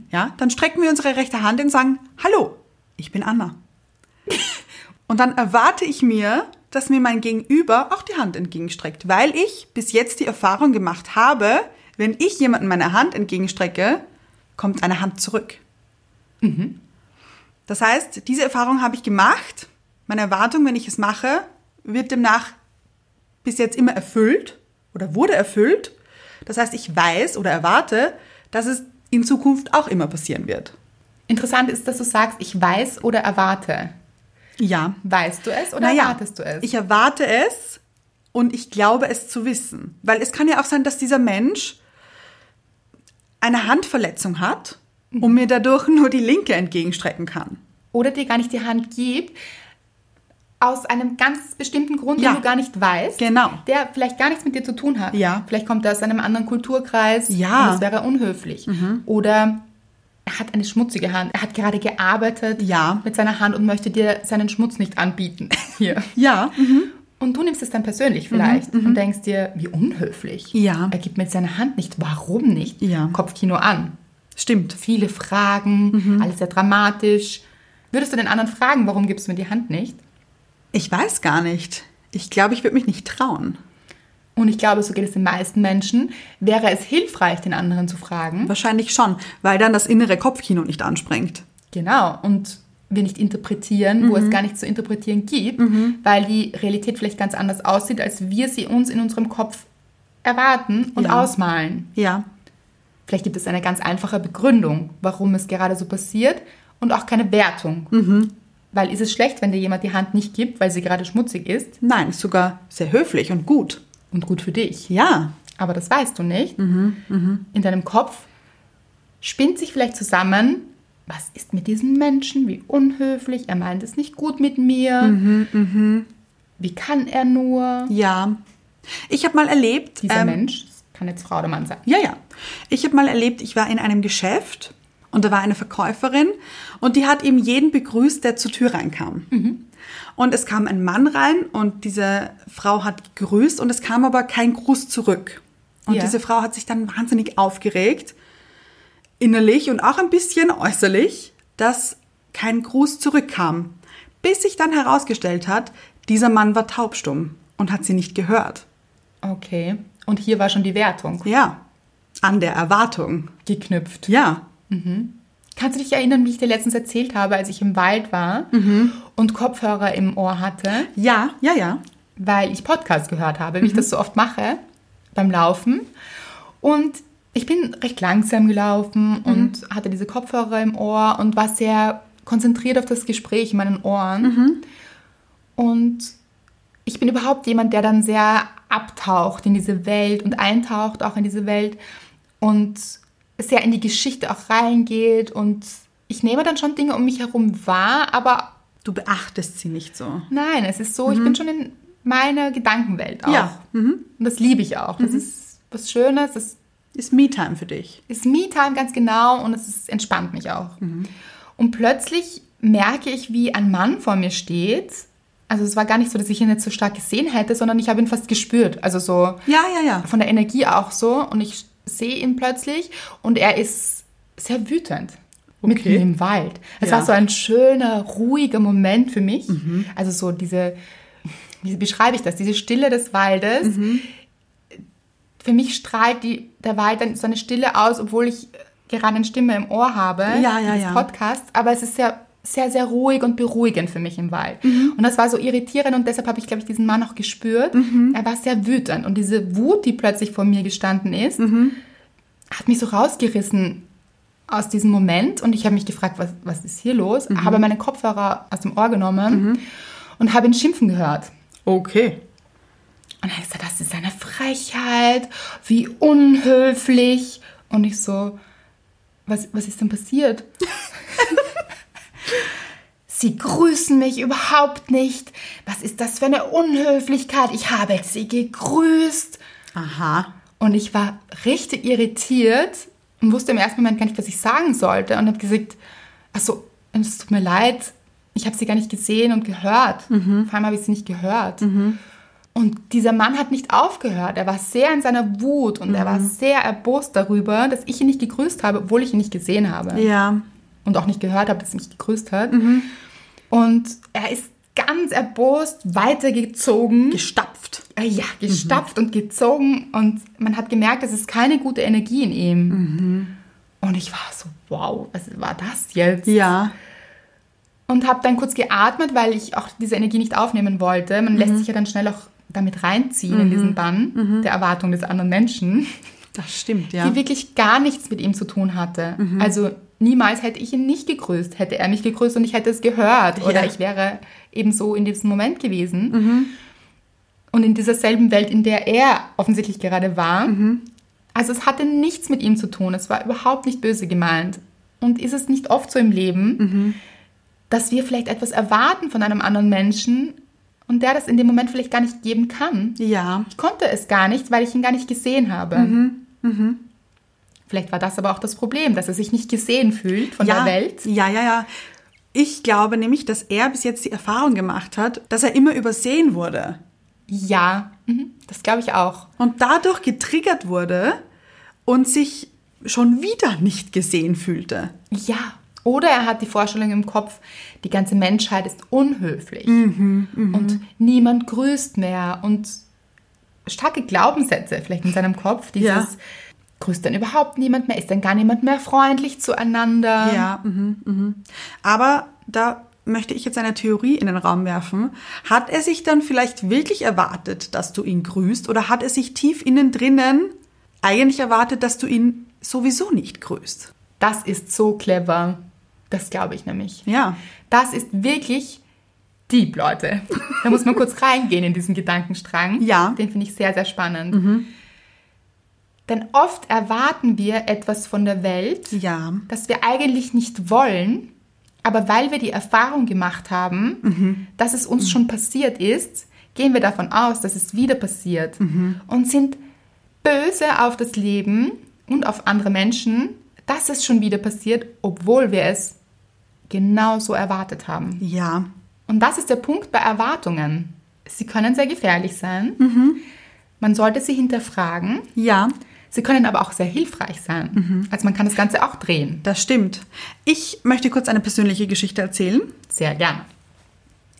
S1: Ja, dann strecken wir unsere rechte Hand und sagen, hallo, ich bin Anna. und dann erwarte ich mir, dass mir mein Gegenüber auch die Hand entgegenstreckt, weil ich bis jetzt die Erfahrung gemacht habe, wenn ich jemandem meine Hand entgegenstrecke, kommt eine Hand zurück. Das heißt, diese Erfahrung habe ich gemacht. Meine Erwartung, wenn ich es mache, wird demnach bis jetzt immer erfüllt oder wurde erfüllt. Das heißt, ich weiß oder erwarte, dass es in Zukunft auch immer passieren wird.
S2: Interessant ist, dass du sagst, ich weiß oder erwarte.
S1: Ja.
S2: Weißt du es oder erwartest du es?
S1: Ich erwarte es und ich glaube es zu wissen. Weil es kann ja auch sein, dass dieser Mensch eine Handverletzung hat
S2: Mhm.
S1: und mir dadurch nur die linke entgegenstrecken kann.
S2: oder dir gar nicht die Hand gibt, aus einem ganz bestimmten Grund,
S1: Ja.
S2: den du gar nicht weißt,
S1: Genau.
S2: der vielleicht gar nichts mit dir zu tun hat.
S1: Ja.
S2: Vielleicht kommt er aus einem anderen Kulturkreis
S1: Ja. Mhm.
S2: und das wäre unhöflich. Oder er hat eine schmutzige Hand. Er hat gerade gearbeitet
S1: Ja.
S2: mit seiner Hand und möchte dir seinen Schmutz
S1: [LAUGHS]
S2: nicht anbieten. Hier.
S1: Ja.
S2: Mhm. Und du nimmst es dann persönlich vielleicht und denkst dir, wie unhöflich.
S1: Mhm. Ja.
S2: Er gibt mir jetzt seine Hand nicht. Warum nicht?
S1: Ja.
S2: Kopfkino an
S1: Stimmt.
S2: viele Fragen, alles sehr dramatisch. Würdest du den anderen fragen, warum gibst du mir die Hand nicht?
S1: Ich weiß gar nicht. Ich glaube, ich würde mich nicht trauen.
S2: Und ich glaube, so geht es den meisten Menschen. Wäre es hilfreich, den anderen zu fragen?
S1: Wahrscheinlich schon, weil dann das innere Kopfkino nicht anspringt.
S2: Genau. Und wir nicht interpretieren, wo es gar nichts zu interpretieren gibt, weil die Realität vielleicht ganz anders aussieht, als wir sie uns in unserem Kopf erwarten und
S1: Ja.
S2: ausmalen.
S1: Ja.
S2: Vielleicht gibt es eine ganz einfache Begründung, warum es gerade so passiert und auch keine Wertung. Weil ist es schlecht, wenn dir jemand die Hand nicht gibt, weil sie gerade schmutzig ist?
S1: Nein, ist sogar sehr höflich und gut.
S2: und gut für dich.
S1: Ja. Mhm,
S2: Aber das weißt du nicht. In deinem Kopf spinnt sich vielleicht zusammen, was ist mit diesem Menschen, wie unhöflich, er meint es nicht gut mit mir,
S1: Mhm,
S2: wie kann er nur.
S1: Ja. Ich habe mal erlebt.
S2: Dieser
S1: ähm,
S2: Mensch, das kann jetzt Frau oder Mann sein.
S1: Ja, ja. Ich habe mal erlebt, ich war in einem Geschäft und da war eine Verkäuferin und die hat eben jeden begrüßt, der zur Tür reinkam. Und es kam ein Mann rein und diese Frau hat gegrüßt und es kam aber kein Gruß zurück. Und
S2: Ja.
S1: diese Frau hat sich dann wahnsinnig aufgeregt, innerlich und auch ein bisschen äußerlich, dass kein Gruß zurückkam. Bis sich dann herausgestellt hat, dieser Mann war taubstumm und hat sie nicht gehört.
S2: Okay. Und hier war schon die Wertung
S1: Ja, an der Erwartung.
S2: geknüpft.
S1: Ja,
S2: Kannst du dich erinnern, wie ich dir letztens erzählt habe, als ich im Wald war
S1: Mhm.
S2: und Kopfhörer im Ohr hatte?
S1: ja, ja, ja.
S2: weil ich Podcast gehört habe, wie ich das so oft mache beim Laufen. Und ich bin recht langsam gelaufen und hatte diese Kopfhörer im Ohr und war sehr konzentriert auf das Gespräch in meinen Ohren. Und ich bin überhaupt jemand, der dann sehr abtaucht in diese Welt und eintaucht auch in diese Welt und sehr in die Geschichte auch reingeht. Und ich nehme dann schon Dinge um mich herum wahr, aber
S1: Du beachtest sie nicht so.
S2: Nein, es ist so, ich bin schon in meiner Gedankenwelt auch.
S1: Ja,
S2: Und das liebe ich auch. Das ist was Schönes, das
S1: Ist Me-Time für dich.
S2: ist Me-Time ganz genau und es ist, entspannt mich auch. Und plötzlich merke ich, wie ein Mann vor mir steht. Also es war gar nicht so, dass ich ihn jetzt so stark gesehen hätte, sondern ich habe ihn fast gespürt. Also so
S1: Ja, ja, ja.
S2: von der Energie auch so. Und ich sehe ihn plötzlich und er ist sehr wütend. Mitten im Wald. Es
S1: Ja. Mhm.
S2: war so ein schöner, ruhiger Moment für mich. Also so diese, wie beschreibe ich das, diese Stille des Waldes. Für mich strahlt die, der Wald dann so eine Stille aus, obwohl ich äh, gerade eine Stimme im Ohr habe,
S1: Ja, ja,
S2: des
S1: ja.
S2: Podcasts. Aber es ist sehr, sehr, sehr ruhig und beruhigend für mich im Wald.
S1: Mhm.
S2: Und das war so irritierend und deshalb habe ich, glaube ich, diesen Mann auch gespürt.
S1: Mhm.
S2: Er war sehr wütend und diese Wut, die plötzlich vor mir gestanden ist,
S1: Mhm.
S2: hat mich so rausgerissen aus diesem Moment und ich habe mich gefragt, was, was ist hier los?
S1: Mhm.
S2: Habe meine Kopfhörer aus dem Ohr genommen und habe ihn schimpfen gehört.
S1: Okay.
S2: Und dann ist er, das ist eine Frechheit, wie unhöflich. Und ich so, was, was ist denn passiert? Sie grüßen mich überhaupt nicht. Was ist das für eine Unhöflichkeit? Ich habe sie gegrüßt.
S1: Aha.
S2: Und ich war richtig irritiert und wusste im ersten Moment gar nicht, was ich sagen sollte. Und habe gesagt, ach so, es tut mir leid, ich habe sie gar nicht gesehen und gehört. Vor allem habe ich sie nicht gehört. Und dieser Mann hat nicht aufgehört. Er war sehr in seiner Wut und er war sehr erbost darüber, dass ich ihn nicht gegrüßt habe, obwohl ich ihn nicht gesehen habe
S1: Ja.
S2: und auch nicht gehört habe, dass er mich gegrüßt hat. Und er ist ganz erbost weitergezogen.
S1: Gestapft.
S2: Äh, ja, gestapft und gezogen und man hat gemerkt, es ist keine gute Energie in ihm. Und ich war so, wow, was war das jetzt?
S1: Ja.
S2: Und habe dann kurz geatmet, weil ich auch diese Energie nicht aufnehmen wollte. Man lässt sich ja dann schnell auch damit reinziehen in diesen Bann der Erwartung des anderen Menschen,
S1: Das stimmt, ja. Mhm.
S2: die wirklich gar nichts mit ihm zu tun hatte. Also niemals hätte ich ihn nicht gegrüßt, hätte er mich gegrüßt und ich hätte es gehört oder
S1: Ja.
S2: ich wäre eben so in diesem Moment gewesen.
S1: Mhm.
S2: Und in dieser selben Welt, in der er offensichtlich gerade war.
S1: Mhm.
S2: Also es hatte nichts mit ihm zu tun. Es war überhaupt nicht böse gemeint. Und ist es nicht oft so im Leben,
S1: Mhm.
S2: dass wir vielleicht etwas erwarten von einem anderen Menschen und der das in dem Moment vielleicht gar nicht geben kann?
S1: Ja.
S2: Ich konnte es gar nicht, weil ich ihn gar nicht gesehen habe.
S1: Mhm,
S2: Vielleicht war das aber auch das Problem, dass er sich nicht gesehen fühlt von
S1: ja.
S2: der Welt.
S1: Ja, ja, ja. Ich glaube nämlich, dass er bis jetzt die Erfahrung gemacht hat, dass er immer übersehen wurde
S2: Ja, mhm. das glaube ich auch.
S1: und dadurch getriggert wurde und sich schon wieder nicht gesehen fühlte.
S2: Ja. Oder er hat die Vorstellung im Kopf, die ganze Menschheit ist unhöflich
S1: Mhm,
S2: und niemand grüßt mehr und starke Glaubenssätze vielleicht in seinem Kopf, dieses
S1: Ja.
S2: grüßt dann überhaupt niemand mehr, ist dann gar niemand mehr freundlich zueinander.
S1: Ja, mhm, mhm. aber da möchte ich jetzt eine Theorie in den Raum werfen. Hat er sich dann vielleicht wirklich erwartet, dass du ihn grüßt oder hat er sich tief innen drinnen eigentlich erwartet, dass du ihn sowieso nicht grüßt?
S2: Das ist so clever. Das glaube ich nämlich.
S1: Ja.
S2: Das ist wirklich deep, Leute. [LAUGHS] Da muss man kurz reingehen in diesen Gedankenstrang.
S1: Ja.
S2: Den finde ich sehr, sehr spannend. Denn oft erwarten wir etwas von der Welt,
S1: Ja.
S2: das wir eigentlich nicht wollen, aber weil wir die Erfahrung gemacht haben, dass es uns schon passiert ist, gehen wir davon aus, dass es wieder passiert und sind böse auf das Leben und auf andere Menschen, dass es schon wieder passiert, obwohl wir es genauso erwartet haben.
S1: Ja.
S2: Und das ist der Punkt bei Erwartungen. Sie können sehr gefährlich sein. Man sollte sie hinterfragen.
S1: Ja.
S2: Sie können aber auch sehr hilfreich sein. Also man kann das Ganze auch drehen.
S1: Das stimmt. Ich möchte kurz eine persönliche Geschichte erzählen.
S2: Sehr gern.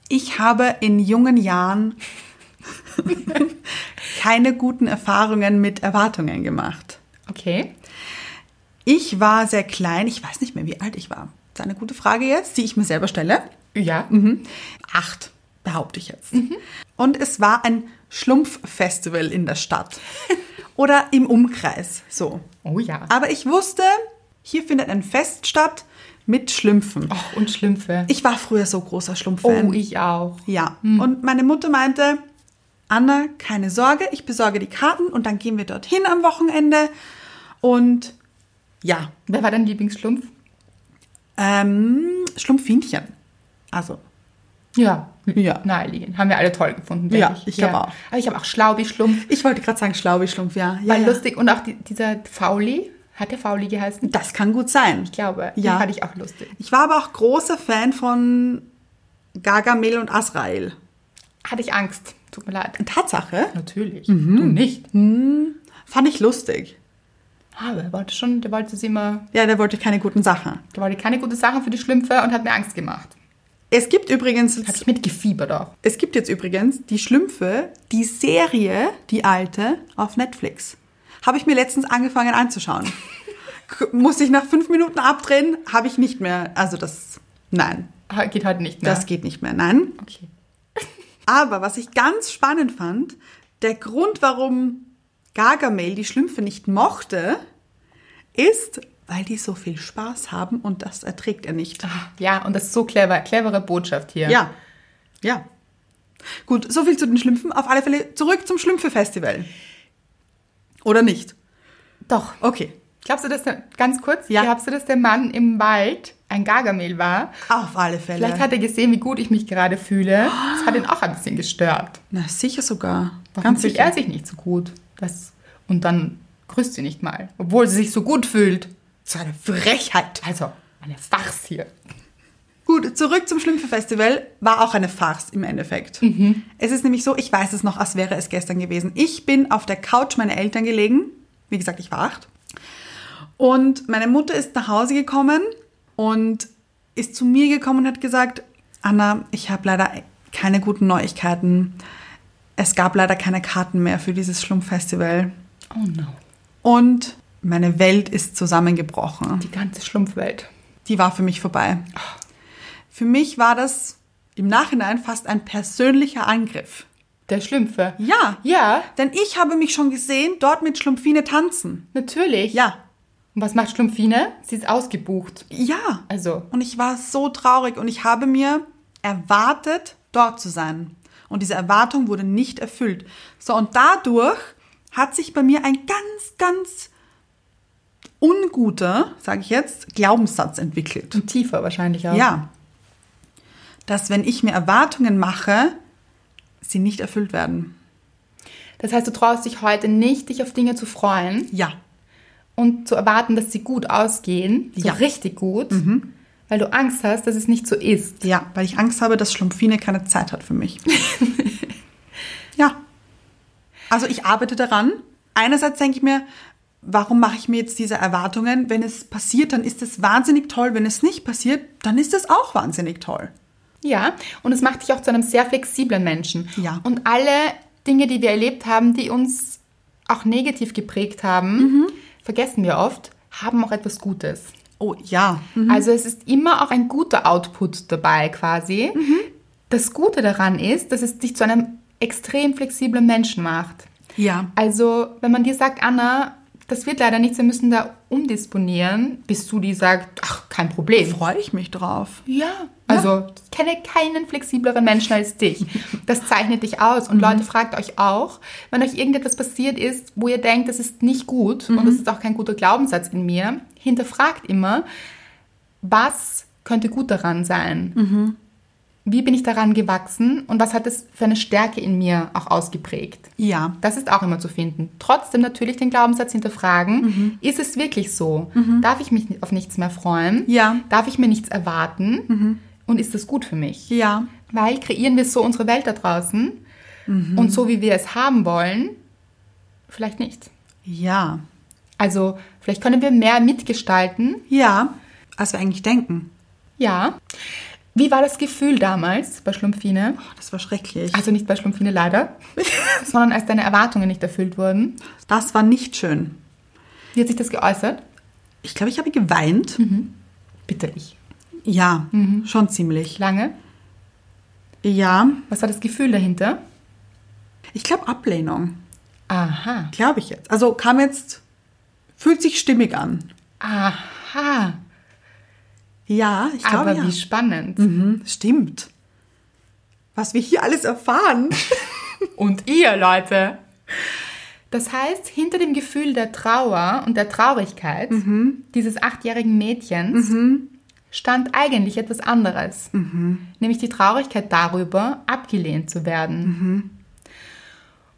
S1: Ich habe in jungen Jahren [LAUGHS] keine guten Erfahrungen mit Erwartungen gemacht.
S2: Okay.
S1: Ich war sehr klein, ich weiß nicht mehr, wie alt ich war. Das ist eine gute Frage jetzt, die ich mir selber stelle.
S2: Ja.
S1: Mhm. Acht, behaupte ich jetzt.
S2: Mhm.
S1: Und es war ein Schlumpffestival in der
S2: [LAUGHS]
S1: Stadt oder im Umkreis, so.
S2: Oh ja.
S1: Aber ich wusste, hier findet ein Fest statt mit Schlümpfen.
S2: Och, und Schlümpfe.
S1: Ich war früher so großer Schlumpffan.
S2: oh, Mhm. ich auch.
S1: Ja, und meine Mutter meinte, Anna, keine Sorge, ich besorge die Karten und dann gehen wir dorthin am Wochenende. Und ja,
S2: Wer war dein Lieblingsschlumpf?
S1: ähm, Schlumpfhähnchen. Also,
S2: Ja.
S1: Ja.
S2: Naheliegend. Haben wir alle toll gefunden,
S1: Ja,
S2: denke
S1: ich glaube auch.
S2: Aber ich habe auch Schlaubi-Schlumpf.
S1: ich wollte gerade sagen Schlaubi-Schlumpf, ja. ja,
S2: War
S1: ja.
S2: lustig. Und auch die, dieser Fauli. Hat der Fauli geheißen?
S1: Das kann gut sein.
S2: Ich glaube. Den
S1: ja.
S2: fand ich auch lustig.
S1: Ich war aber auch großer Fan von Gargamel und Azrael.
S2: Hatte ich Angst. Tut mir leid.
S1: Tatsache,
S2: Natürlich.
S1: Mhm.
S2: Du nicht.
S1: fand ich lustig.
S2: Aber er wollte schon, der wollte sie immer,
S1: Ja, der wollte keine guten Sachen.
S2: der wollte keine gute Sachen für die Schlümpfe und hat mir Angst gemacht.
S1: Es gibt übrigens
S2: Habe ich mitgefiebert auch.
S1: Es gibt jetzt übrigens die Schlümpfe, die Serie, die alte, auf Netflix. Habe ich mir letztens angefangen anzuschauen. K- Muss ich nach fünf Minuten abdrehen, habe ich nicht mehr. Also das, nein,
S2: Ha- Geht heute nicht mehr.
S1: das geht nicht mehr, nein.
S2: okay.
S1: Aber was ich ganz spannend fand, der Grund, warum Gargamel die Schlümpfe nicht mochte, ist, weil die so viel Spaß haben und das erträgt er nicht.
S2: Ja, und das ist so clever. Clevere Botschaft hier.
S1: Ja, ja. Gut, so viel zu den Schlümpfen. Auf alle Fälle zurück zum Schlümpfe-Festival. Oder nicht?
S2: Doch.
S1: Okay.
S2: Glaubst du, dass der, ganz kurz,
S1: Ja.
S2: glaubst du, dass der Mann im Wald ein Gargamel war?
S1: Auf alle Fälle.
S2: Vielleicht hat er gesehen, wie gut ich mich gerade fühle. Das hat ihn auch ein bisschen gestört.
S1: Na, sicher sogar.
S2: Warum
S1: Ganz
S2: fühlt
S1: sicher.
S2: er sich nicht so gut? Das, und dann grüßt sie nicht mal, obwohl sie sich so gut fühlt.
S1: So eine Frechheit.
S2: Also, eine Fachs hier.
S1: Gut, zurück zum Schlümpfe-Festival. War auch eine Farce im Endeffekt. Es ist nämlich so, ich weiß es noch, als wäre es gestern gewesen. Ich bin auf der Couch meiner Eltern gelegen. Wie gesagt, ich war acht. Und meine Mutter ist nach Hause gekommen und ist zu mir gekommen und hat gesagt, Anna, ich habe leider keine guten Neuigkeiten. Es gab leider keine Karten mehr für dieses Schlumpffestival.
S2: Oh no.
S1: Und meine Welt ist zusammengebrochen.
S2: Die ganze Schlumpfwelt.
S1: Die war für mich vorbei. Für mich war das im Nachhinein fast ein persönlicher Angriff.
S2: Der Schlümpfe.
S1: Ja,
S2: Ja,
S1: denn ich habe mich schon gesehen, dort mit Schlumpfine tanzen.
S2: natürlich.
S1: Ja,
S2: Und was macht Schlumpfine? Sie ist ausgebucht.
S1: ja.
S2: Also,
S1: Und ich war so traurig und ich habe mir erwartet, dort zu sein. Und diese Erwartung wurde nicht erfüllt. So, und dadurch hat sich bei mir ein ganz, ganz unguter, sage ich jetzt, Glaubenssatz entwickelt.
S2: und tiefer wahrscheinlich auch.
S1: Ja. Dass wenn ich mir Erwartungen mache, sie nicht erfüllt werden.
S2: Das heißt, du traust dich heute nicht, dich auf Dinge zu freuen
S1: Ja.
S2: und zu erwarten, dass sie gut ausgehen. So
S1: Ja. Mhm.
S2: richtig gut. Weil du Angst hast, dass es nicht so ist.
S1: Ja, weil ich Angst habe, dass Schlumpfine keine Zeit hat für [LAUGHS] mich. ja. Also ich arbeite daran. Einerseits denke ich mir, warum mache ich mir jetzt diese Erwartungen? Wenn es passiert, dann ist es wahnsinnig toll. Wenn es nicht passiert, dann ist es auch wahnsinnig toll.
S2: Ja. Und es macht dich auch zu einem sehr flexiblen Menschen.
S1: Ja.
S2: Und alle Dinge, die wir erlebt haben, die uns auch negativ geprägt haben,
S1: Mhm.
S2: vergessen wir oft, haben auch etwas Gutes.
S1: Oh ja.
S2: Also es ist immer auch ein guter Output dabei quasi.
S1: Mhm.
S2: Das Gute daran ist, dass es dich zu einem extrem flexiblen Menschen macht.
S1: Ja.
S2: Also wenn man dir sagt, Anna, das wird leider nichts, wir müssen da umdisponieren, bis du die sagt, ach, kein Problem.
S1: Freue ich mich drauf.
S2: Ja, also ich kenne keinen flexibleren Menschen als dich. Das zeichnet dich aus. Und Leute, fragt euch auch, wenn euch irgendetwas passiert ist, wo ihr denkt, das ist nicht gut und das ist auch kein guter Glaubenssatz in mir, hinterfragt immer, was könnte gut daran sein? Wie bin ich daran gewachsen und was hat es für eine Stärke in mir auch ausgeprägt?
S1: Ja.
S2: Das ist auch immer zu finden. Trotzdem natürlich den Glaubenssatz hinterfragen.
S1: Mhm.
S2: Ist es wirklich so? Darf ich mich auf nichts mehr freuen?
S1: Ja. Mhm.
S2: Darf ich mir nichts erwarten? Und ist das gut für mich?
S1: Ja.
S2: Weil kreieren wir so unsere Welt da draußen
S1: Mhm.
S2: und so wie wir es haben wollen, vielleicht nicht.
S1: Ja.
S2: Also vielleicht können wir mehr mitgestalten.
S1: Ja. Als wir eigentlich denken.
S2: Ja. Wie war das Gefühl damals bei Schlumpfine?
S1: Oh, das war schrecklich.
S2: Also nicht bei Schlumpfine leider, [LAUGHS] sondern als deine Erwartungen nicht erfüllt wurden.
S1: Das war nicht schön.
S2: Wie hat sich das geäußert?
S1: Ich glaube, ich habe geweint.
S2: Mhm. Bitterlich.
S1: Ja,
S2: Mhm.
S1: schon ziemlich.
S2: Lange.
S1: Ja.
S2: Was war das Gefühl dahinter?
S1: Ich glaube Ablehnung.
S2: Aha.
S1: Glaube ich jetzt. Also kam jetzt, fühlt sich stimmig an.
S2: Aha.
S1: Ja, ich glaube
S2: Aber
S1: ja.
S2: wie spannend.
S1: Mhm, stimmt. Was wir hier alles
S2: [LAUGHS]
S1: erfahren.
S2: Und ihr, Leute. Das heißt, hinter dem Gefühl der Trauer und der Traurigkeit dieses achtjährigen Mädchens stand eigentlich etwas anderes. Nämlich die Traurigkeit darüber, abgelehnt zu werden.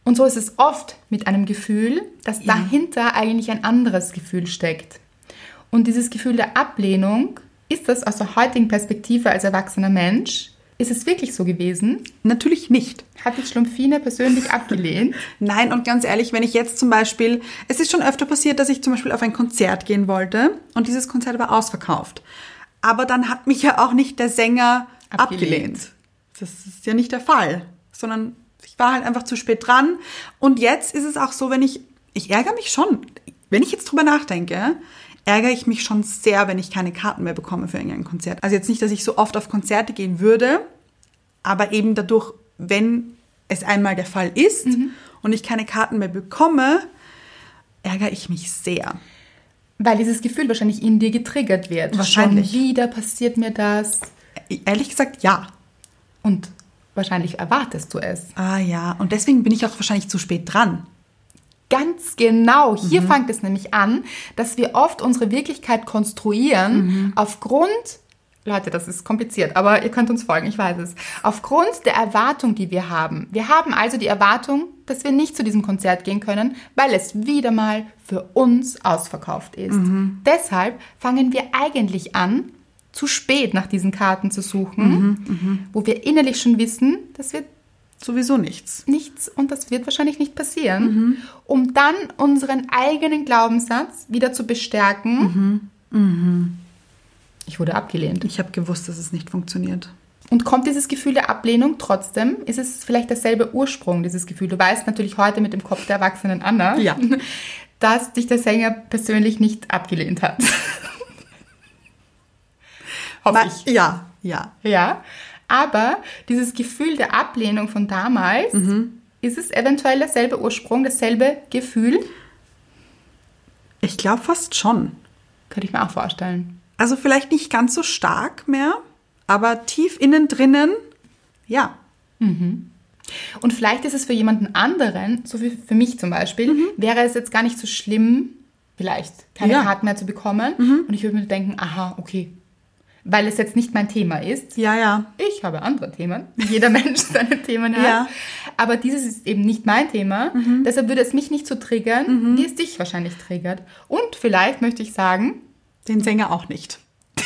S2: Und so ist es oft mit einem Gefühl, dass dahinter eigentlich ein anderes Gefühl steckt. Und dieses Gefühl der Ablehnung, ist das aus der heutigen Perspektive als erwachsener Mensch, ist es wirklich so gewesen?
S1: Natürlich nicht.
S2: Hat dich Schlumpfine persönlich abgelehnt?
S1: Nein, und ganz ehrlich, wenn ich jetzt zum Beispiel, es ist schon öfter passiert, dass ich zum Beispiel auf ein Konzert gehen wollte und dieses Konzert war ausverkauft. Aber dann hat mich ja auch nicht der Sänger
S2: Abgelehnt.
S1: abgelehnt. Das ist ja nicht der Fall, sondern ich war halt einfach zu spät dran. Und jetzt ist es auch so, wenn ich, ich ärgere mich schon, wenn ich jetzt drüber nachdenke, ärgere ich mich schon sehr, wenn ich keine Karten mehr bekomme für irgendein Konzert. Also jetzt nicht, dass ich so oft auf Konzerte gehen würde, aber eben dadurch, wenn es einmal der Fall ist
S2: Mhm.
S1: und ich keine Karten mehr bekomme, ärgere ich mich sehr.
S2: Weil dieses Gefühl wahrscheinlich in dir getriggert wird.
S1: Wahrscheinlich.
S2: Schon wieder passiert mir das.
S1: E- Ehrlich gesagt, ja.
S2: Und wahrscheinlich erwartest du es.
S1: Ah ja, und deswegen bin ich auch wahrscheinlich zu spät dran.
S2: Ganz genau. Hier fängt es nämlich an, dass wir oft unsere Wirklichkeit konstruieren aufgrund, Leute, das ist kompliziert, aber ihr könnt uns folgen, ich weiß es, aufgrund der Erwartung, die wir haben. Wir haben also die Erwartung, dass wir nicht zu diesem Konzert gehen können, weil es wieder mal für uns ausverkauft ist. Deshalb fangen wir eigentlich an, zu spät nach diesen Karten zu suchen, wo wir innerlich schon wissen, dass wir
S1: Sowieso nichts.
S2: nichts und das wird wahrscheinlich nicht passieren, um dann unseren eigenen Glaubenssatz wieder zu bestärken. Ich wurde abgelehnt.
S1: Ich habe gewusst, dass es nicht funktioniert.
S2: Und kommt dieses Gefühl der Ablehnung trotzdem, ist es vielleicht derselbe Ursprung, dieses Gefühl. Du weißt natürlich heute mit dem Kopf der erwachsenen Anna,
S1: Ja.
S2: [LAUGHS] dass dich der Sänger persönlich nicht abgelehnt hat. [LAUGHS] Hoffe
S1: Na,
S2: ich.
S1: Ja, ja.
S2: Ja, aber dieses Gefühl der Ablehnung von damals, ist es eventuell derselbe Ursprung, dasselbe Gefühl?
S1: Ich glaube fast schon.
S2: Könnte ich mir auch vorstellen.
S1: Also vielleicht nicht ganz so stark mehr, aber tief innen drinnen, ja.
S2: Und vielleicht ist es für jemanden anderen, so wie für mich zum Beispiel, wäre es jetzt gar nicht so schlimm, vielleicht keine
S1: Mhm. Ja. Mhm.
S2: Karten mehr zu bekommen. Und ich würde mir denken, aha, okay. Weil es jetzt nicht mein Thema ist.
S1: Ja, ja.
S2: Ich habe andere Themen. Jeder [LAUGHS] Mensch seine Themen hat.
S1: Ja. Mhm.
S2: Aber dieses ist eben nicht mein Thema. Deshalb würde es mich nicht so triggern, wie es dich wahrscheinlich triggert. Und vielleicht möchte ich sagen, [LAUGHS]
S1: Den Sänger auch nicht.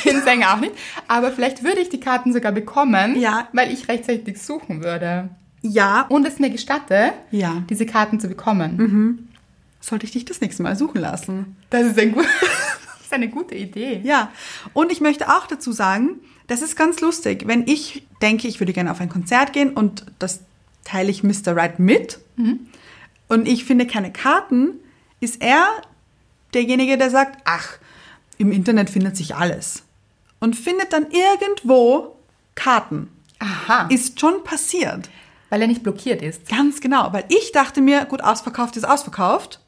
S2: den Sänger auch nicht, aber vielleicht würde ich die Karten sogar bekommen,
S1: Ja.
S2: weil ich rechtzeitig suchen würde.
S1: Ja,
S2: Und es mir gestatte,
S1: Ja. Mhm.
S2: diese Karten zu bekommen.
S1: sollte ich dich das nächste Mal suchen lassen.
S2: Das, ist ein gut, [LAUGHS] das ist eine gute Idee.
S1: Ja, und ich möchte auch dazu sagen, das ist ganz lustig, wenn ich denke, ich würde gerne auf ein Konzert gehen und das teile ich Mr. Right mit und ich finde keine Karten, ist er derjenige, der sagt, ach, im Internet findet sich alles und findet dann irgendwo Karten.
S2: Aha,
S1: Ist schon passiert.
S2: weil er nicht blockiert ist.
S1: Ganz genau, weil ich dachte mir, gut, ausverkauft ist ausverkauft.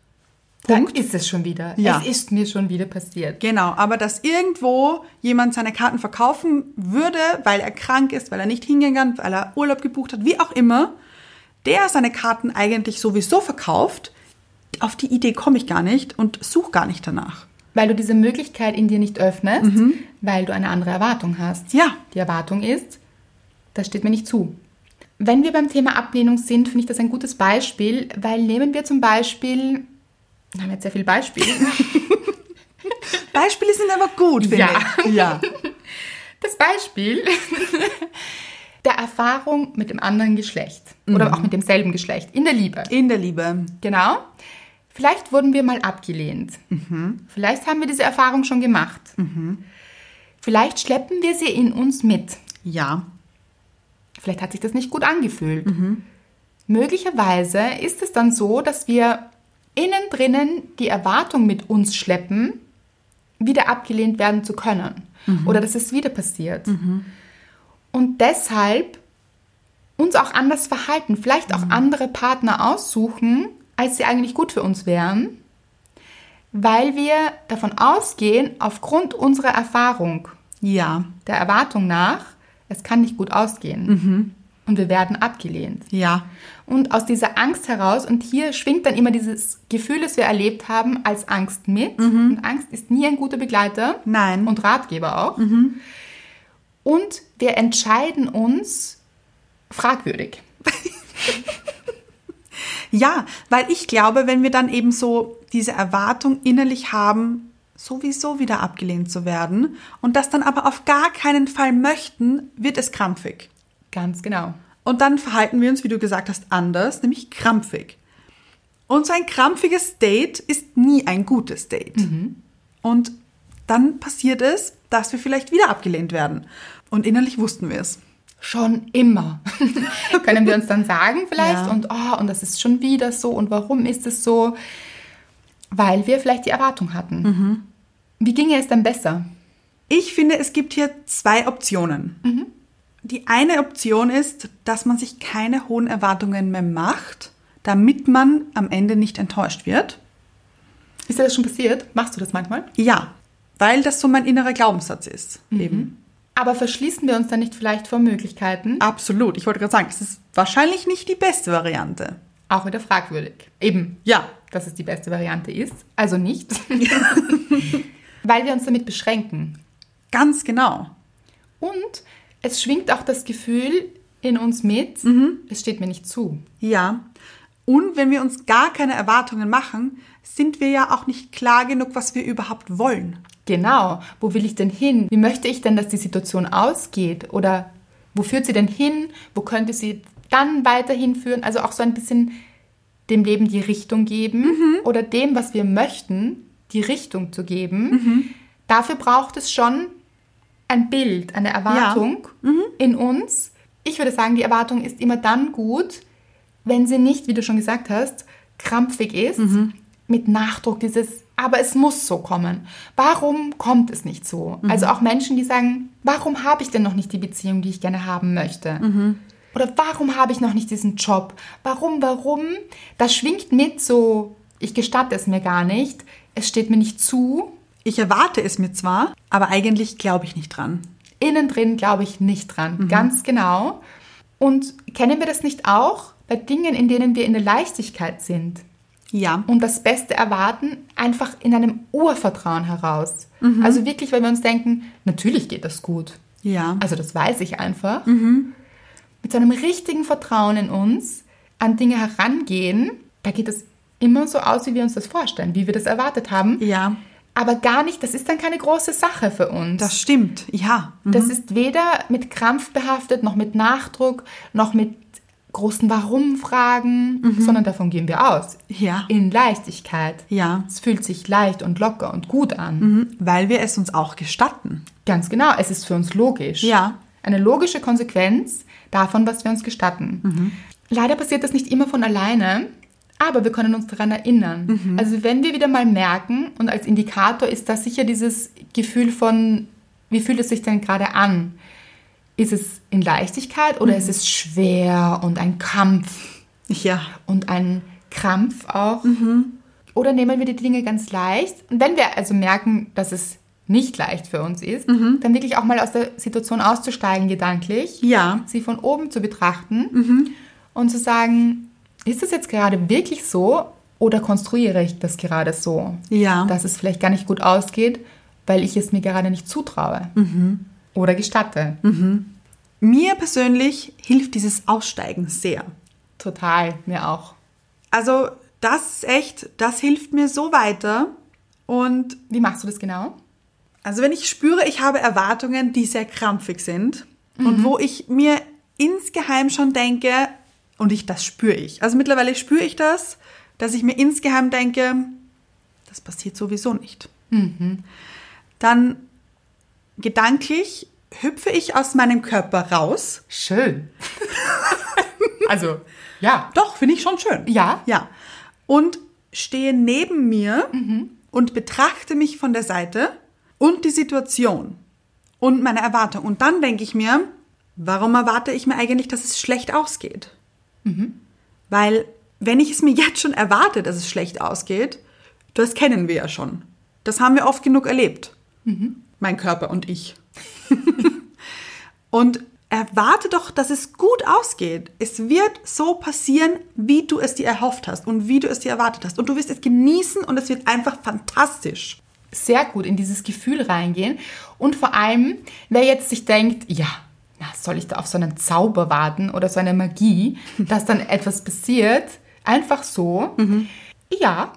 S1: Punkt.
S2: Da ist es schon wieder.
S1: Ja.
S2: Es ist mir schon wieder passiert.
S1: Genau, aber dass irgendwo jemand seine Karten verkaufen würde, weil er krank ist, weil er nicht hingehen kann, weil er Urlaub gebucht hat, wie auch immer, der seine Karten eigentlich sowieso verkauft, auf die Idee komme ich gar nicht und suche gar nicht danach.
S2: Weil du diese Möglichkeit in dir nicht öffnest, weil du eine andere Erwartung hast.
S1: Mhm. Ja.
S2: Die Erwartung ist, das steht mir nicht zu. Wenn wir beim Thema Ablehnung sind, finde ich das ein gutes Beispiel, weil nehmen wir zum Beispiel, wir haben jetzt sehr viele Beispiele,
S1: Beispiele sind aber gut, finde
S2: Ja.
S1: ich. Ja.
S2: das Beispiel [LAUGHS] der Erfahrung mit dem anderen Geschlecht oder auch mit demselben Geschlecht in der Liebe.
S1: In der Liebe.
S2: Genau. Vielleicht wurden wir mal abgelehnt. Vielleicht haben wir diese Erfahrung schon gemacht. Vielleicht schleppen wir sie in uns mit.
S1: Ja.
S2: Vielleicht hat sich das nicht gut angefühlt. Möglicherweise ist es dann so, dass wir innen drinnen die Erwartung mit uns schleppen, wieder abgelehnt werden zu können. Oder dass es wieder passiert. Und deshalb uns auch anders verhalten, vielleicht auch andere Partner aussuchen, als sie eigentlich gut für uns wären, weil wir davon ausgehen, aufgrund unserer Erfahrung,
S1: Ja.
S2: der Erwartung nach, es kann nicht gut ausgehen. Und wir werden abgelehnt.
S1: Ja.
S2: Und aus dieser Angst heraus, und hier schwingt dann immer dieses Gefühl, das wir erlebt haben, als Angst mit. Und Angst ist nie ein guter Begleiter.
S1: Nein.
S2: Und Ratgeber auch. Und wir entscheiden uns fragwürdig.
S1: Ja, weil ich glaube, wenn wir dann eben so diese Erwartung innerlich haben, sowieso wieder abgelehnt zu werden und das dann aber auf gar keinen Fall möchten, wird es krampfig.
S2: Ganz genau.
S1: Und dann verhalten wir uns, wie du gesagt hast, anders, nämlich krampfig. Und so ein krampfiges Date ist nie ein gutes Date. Und dann passiert es, dass wir vielleicht wieder abgelehnt werden. Und innerlich wussten wir es.
S2: Schon immer. [LAUGHS] Können wir uns dann sagen vielleicht
S1: Ja.
S2: und oh, und das ist schon wieder so und warum ist es so? Weil wir vielleicht die Erwartung hatten. Wie ginge es dann besser?
S1: Ich finde, es gibt hier zwei Optionen. Die eine Option ist, dass man sich keine hohen Erwartungen mehr macht, damit man am Ende nicht enttäuscht wird.
S2: Ist dir das schon passiert? Machst du das manchmal?
S1: Ja, weil das so mein innerer Glaubenssatz ist. Eben.
S2: Aber verschließen wir uns dann nicht vielleicht vor Möglichkeiten?
S1: Absolut. Ich wollte gerade sagen, es ist wahrscheinlich nicht die beste Variante.
S2: Auch wieder fragwürdig. Eben,
S1: Ja,
S2: dass es die beste Variante ist. Also nicht. Weil wir uns damit beschränken.
S1: ganz genau.
S2: Und es schwingt auch das Gefühl in uns mit, es steht mir nicht zu.
S1: Ja. Und wenn wir uns gar keine Erwartungen machen, sind wir ja auch nicht klar genug, was wir überhaupt wollen.
S2: Genau, wo will ich denn hin? Wie möchte ich denn, dass die Situation ausgeht? Oder wo führt sie denn hin? Wo könnte sie dann weiterhin führen? Also auch so ein bisschen dem Leben die Richtung geben oder dem, was wir möchten, die Richtung zu geben. Dafür braucht es schon ein Bild, eine Erwartung in uns. Ich würde sagen, die Erwartung ist immer dann gut, wenn sie nicht, wie du schon gesagt hast, krampfig ist, mit Nachdruck dieses, aber es muss so kommen. Warum kommt es nicht so? Also auch Menschen, die sagen, warum habe ich denn noch nicht die Beziehung, die ich gerne haben möchte? Oder warum habe ich noch nicht diesen Job? Warum, warum? Das schwingt mit so, ich gestatte es mir gar nicht, es steht mir nicht zu.
S1: Ich erwarte es mir zwar, aber eigentlich glaube ich nicht dran.
S2: Innen drin glaube ich nicht dran,
S1: Mhm.
S2: ganz genau. Und kennen wir das nicht auch bei Dingen, in denen wir in der Leichtigkeit sind?
S1: Ja.
S2: und das Beste erwarten, einfach in einem Urvertrauen heraus.
S1: Mhm.
S2: Also wirklich, weil wir uns denken, natürlich geht das gut.
S1: Ja.
S2: Also das weiß ich einfach.
S1: Mhm.
S2: Mit so einem richtigen Vertrauen in uns an Dinge herangehen, da geht es immer so aus, wie wir uns das vorstellen, wie wir das erwartet haben.
S1: Ja.
S2: Aber gar nicht, das ist dann keine große Sache für uns.
S1: Das stimmt. Ja.
S2: Das ist weder mit Krampf behaftet, noch mit Nachdruck, noch mit großen Warum-Fragen, sondern davon gehen wir aus.
S1: Mhm. Ja.
S2: In Leichtigkeit.
S1: Ja.
S2: Es fühlt sich leicht und locker und gut an.
S1: Mhm. Weil wir es uns auch gestatten.
S2: Ganz genau, es ist für uns logisch.
S1: Ja.
S2: Eine logische Konsequenz davon, was wir uns gestatten. Leider passiert das nicht immer von alleine, aber wir können uns daran erinnern. Also wenn wir wieder mal merken, und als Indikator ist das sicher dieses Gefühl von, wie fühlt es sich denn gerade an? Ist es in Leichtigkeit oder ist es schwer und ein Kampf
S1: Ja. Mhm.
S2: und ein Krampf auch? Oder nehmen wir die Dinge ganz leicht? Und wenn wir also merken, dass es nicht leicht für uns ist, dann wirklich auch mal aus der Situation auszusteigen, gedanklich,
S1: Mhm. Ja. Mhm.
S2: sie von oben zu betrachten und zu sagen, ist das jetzt gerade wirklich so oder konstruiere ich das gerade so,
S1: Ja.
S2: dass es vielleicht gar nicht gut ausgeht, weil ich es mir gerade nicht zutraue
S1: Mhm.
S2: oder gestatte.
S1: Mir persönlich hilft dieses Aussteigen sehr.
S2: Total, mir auch.
S1: Also das ist echt, das hilft mir so weiter. Und
S2: Wie machst du das genau?
S1: also wenn ich spüre, ich habe Erwartungen, die sehr krampfig sind und wo ich mir insgeheim schon denke, und ich das spüre ich. Also mittlerweile spüre ich das, dass ich mir insgeheim denke, das passiert sowieso nicht. Dann gedanklich hüpfe ich aus meinem Körper raus.
S2: Schön. [LAUGHS] also, ja.
S1: Doch, finde ich schon schön.
S2: Ja?
S1: Ja. Und stehe neben mir und betrachte mich von der Seite und die Situation und meine Erwartung. Und dann denke ich mir, warum erwarte ich mir eigentlich, dass es schlecht ausgeht? Weil, wenn ich es mir jetzt schon erwarte, dass es schlecht ausgeht, das kennen wir ja schon. Das haben wir oft genug erlebt. Mein Körper und ich. Und erwarte doch, dass es gut ausgeht. Es wird so passieren, wie du es dir erhofft hast und wie du es dir erwartet hast. Und du wirst es genießen und es wird einfach fantastisch.
S2: sehr gut in dieses Gefühl reingehen. Und vor allem, wer jetzt sich denkt, ja, na, soll ich da auf so einen Zauber warten oder so eine Magie, dass dann etwas passiert, einfach so. Ja,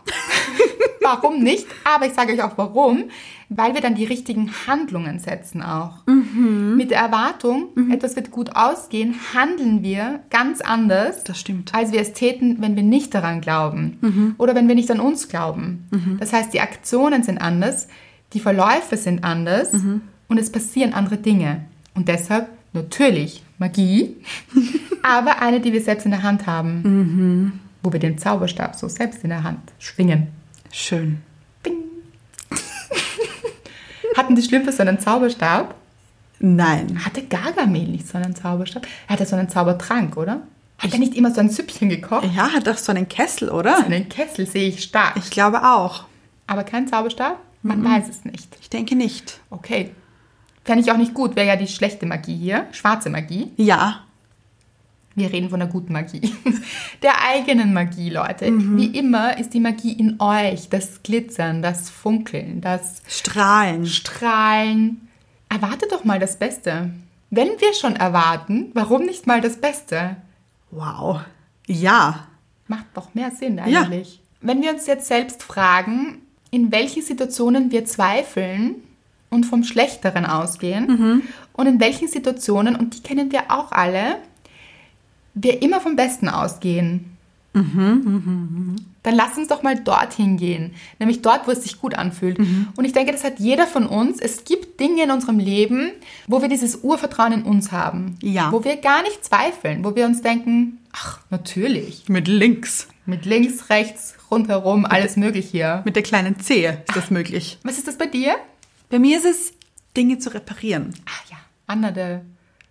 S2: [LAUGHS] warum nicht? Aber ich sage euch auch warum, weil wir dann die richtigen Handlungen setzen auch.
S1: Mhm.
S2: Mit der Erwartung, etwas wird gut ausgehen, handeln wir ganz anders,
S1: Das stimmt. Mhm.
S2: als wir es täten, wenn wir nicht daran glauben oder wenn wir nicht an uns glauben. Das heißt, die Aktionen sind anders, die Verläufe sind anders
S1: Mhm.
S2: und es passieren andere Dinge. Und deshalb natürlich
S1: [LAUGHS]
S2: Magie, aber eine, die wir selbst in der Hand haben, wo wir den Zauberstab so selbst in der Hand schwingen.
S1: Schön.
S2: Hatten die Schlümpfe so einen Zauberstab?
S1: Nein.
S2: Hatte Gargamel nicht so einen Zauberstab? Er hatte so einen Zaubertrank, oder? Hat er nicht immer so ein Süppchen gekocht?
S1: Ja, hat doch so einen Kessel, oder?
S2: Einen Kessel sehe ich stark.
S1: Ich glaube auch.
S2: Aber kein Zauberstab? Man weiß es nicht.
S1: Ich denke nicht.
S2: Okay. Fände ich auch nicht gut. Wäre ja die schlechte Magie hier. Schwarze Magie.
S1: Ja.
S2: Wir reden von der guten Magie. [LAUGHS] Der eigenen Magie, Leute. Wie immer ist die Magie in euch. Das Glitzern, das Funkeln, das
S1: Strahlen.
S2: Strahlen. Erwartet doch mal das Beste. Wenn wir schon erwarten, warum nicht mal das Beste?
S1: Wow. Ja.
S2: Macht doch mehr Sinn eigentlich. Wenn wir uns jetzt selbst fragen, in welchen Situationen wir zweifeln und vom Schlechteren ausgehen und in welchen Situationen, und die kennen wir auch alle, wir immer vom Besten ausgehen. Dann lass uns doch mal dorthin gehen, nämlich dort, wo es sich gut anfühlt. Und ich denke, das hat jeder von uns. Es gibt Dinge in unserem Leben, wo wir dieses Urvertrauen in uns haben,
S1: Ja.
S2: wo wir gar nicht zweifeln, wo wir uns denken, ach, natürlich,
S1: Mit links.
S2: mit links, rechts, rundherum, alles möglich hier.
S1: Mit der kleinen Zehe ist das möglich.
S2: Was ist das bei dir?
S1: Bei mir ist es, Dinge zu reparieren.
S2: Ah ja, Anna, der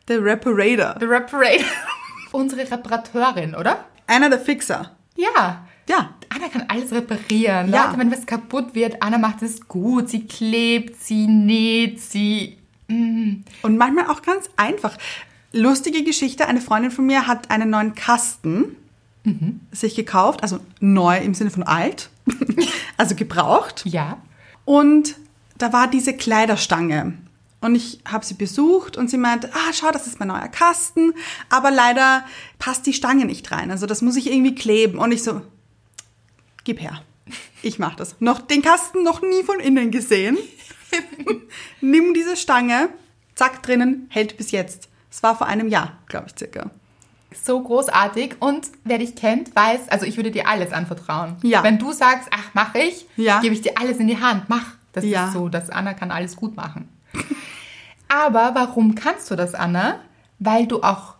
S1: Der Reparator.
S2: the Reparator. [LAUGHS] Unsere Reparateurin, oder?
S1: Einer der Fixer.
S2: Ja.
S1: Ja.
S2: Anna kann alles reparieren.
S1: Ja.
S2: Leute, wenn was kaputt wird, Anna macht es gut. Sie klebt, sie näht, sie... Mm.
S1: Und manchmal auch ganz einfach. Lustige Geschichte, eine Freundin von mir hat einen neuen Kasten sich gekauft, also neu im Sinne von alt, [LAUGHS] also gebraucht.
S2: Ja.
S1: Und da war diese Kleiderstange. Und ich habe sie besucht und sie meinte, ah, schau, das ist mein neuer Kasten, aber leider passt die Stange nicht rein. Also das muss ich irgendwie kleben. Und ich so, gib her. Ich mach das. Noch den Kasten noch nie von innen gesehen. [LAUGHS] Nimm diese Stange, zack drinnen, hält bis jetzt. Es war vor einem Jahr, glaube ich, circa.
S2: So großartig. Und wer dich kennt, weiß, also ich würde dir alles anvertrauen.
S1: Ja.
S2: Wenn du sagst, ach, mach ich,
S1: Ja.
S2: gebe ich dir alles in die Hand. Mach. Das
S1: Ja.
S2: ist so, dass Anna kann alles gut machen. Aber warum kannst du das, Anna? Weil du auch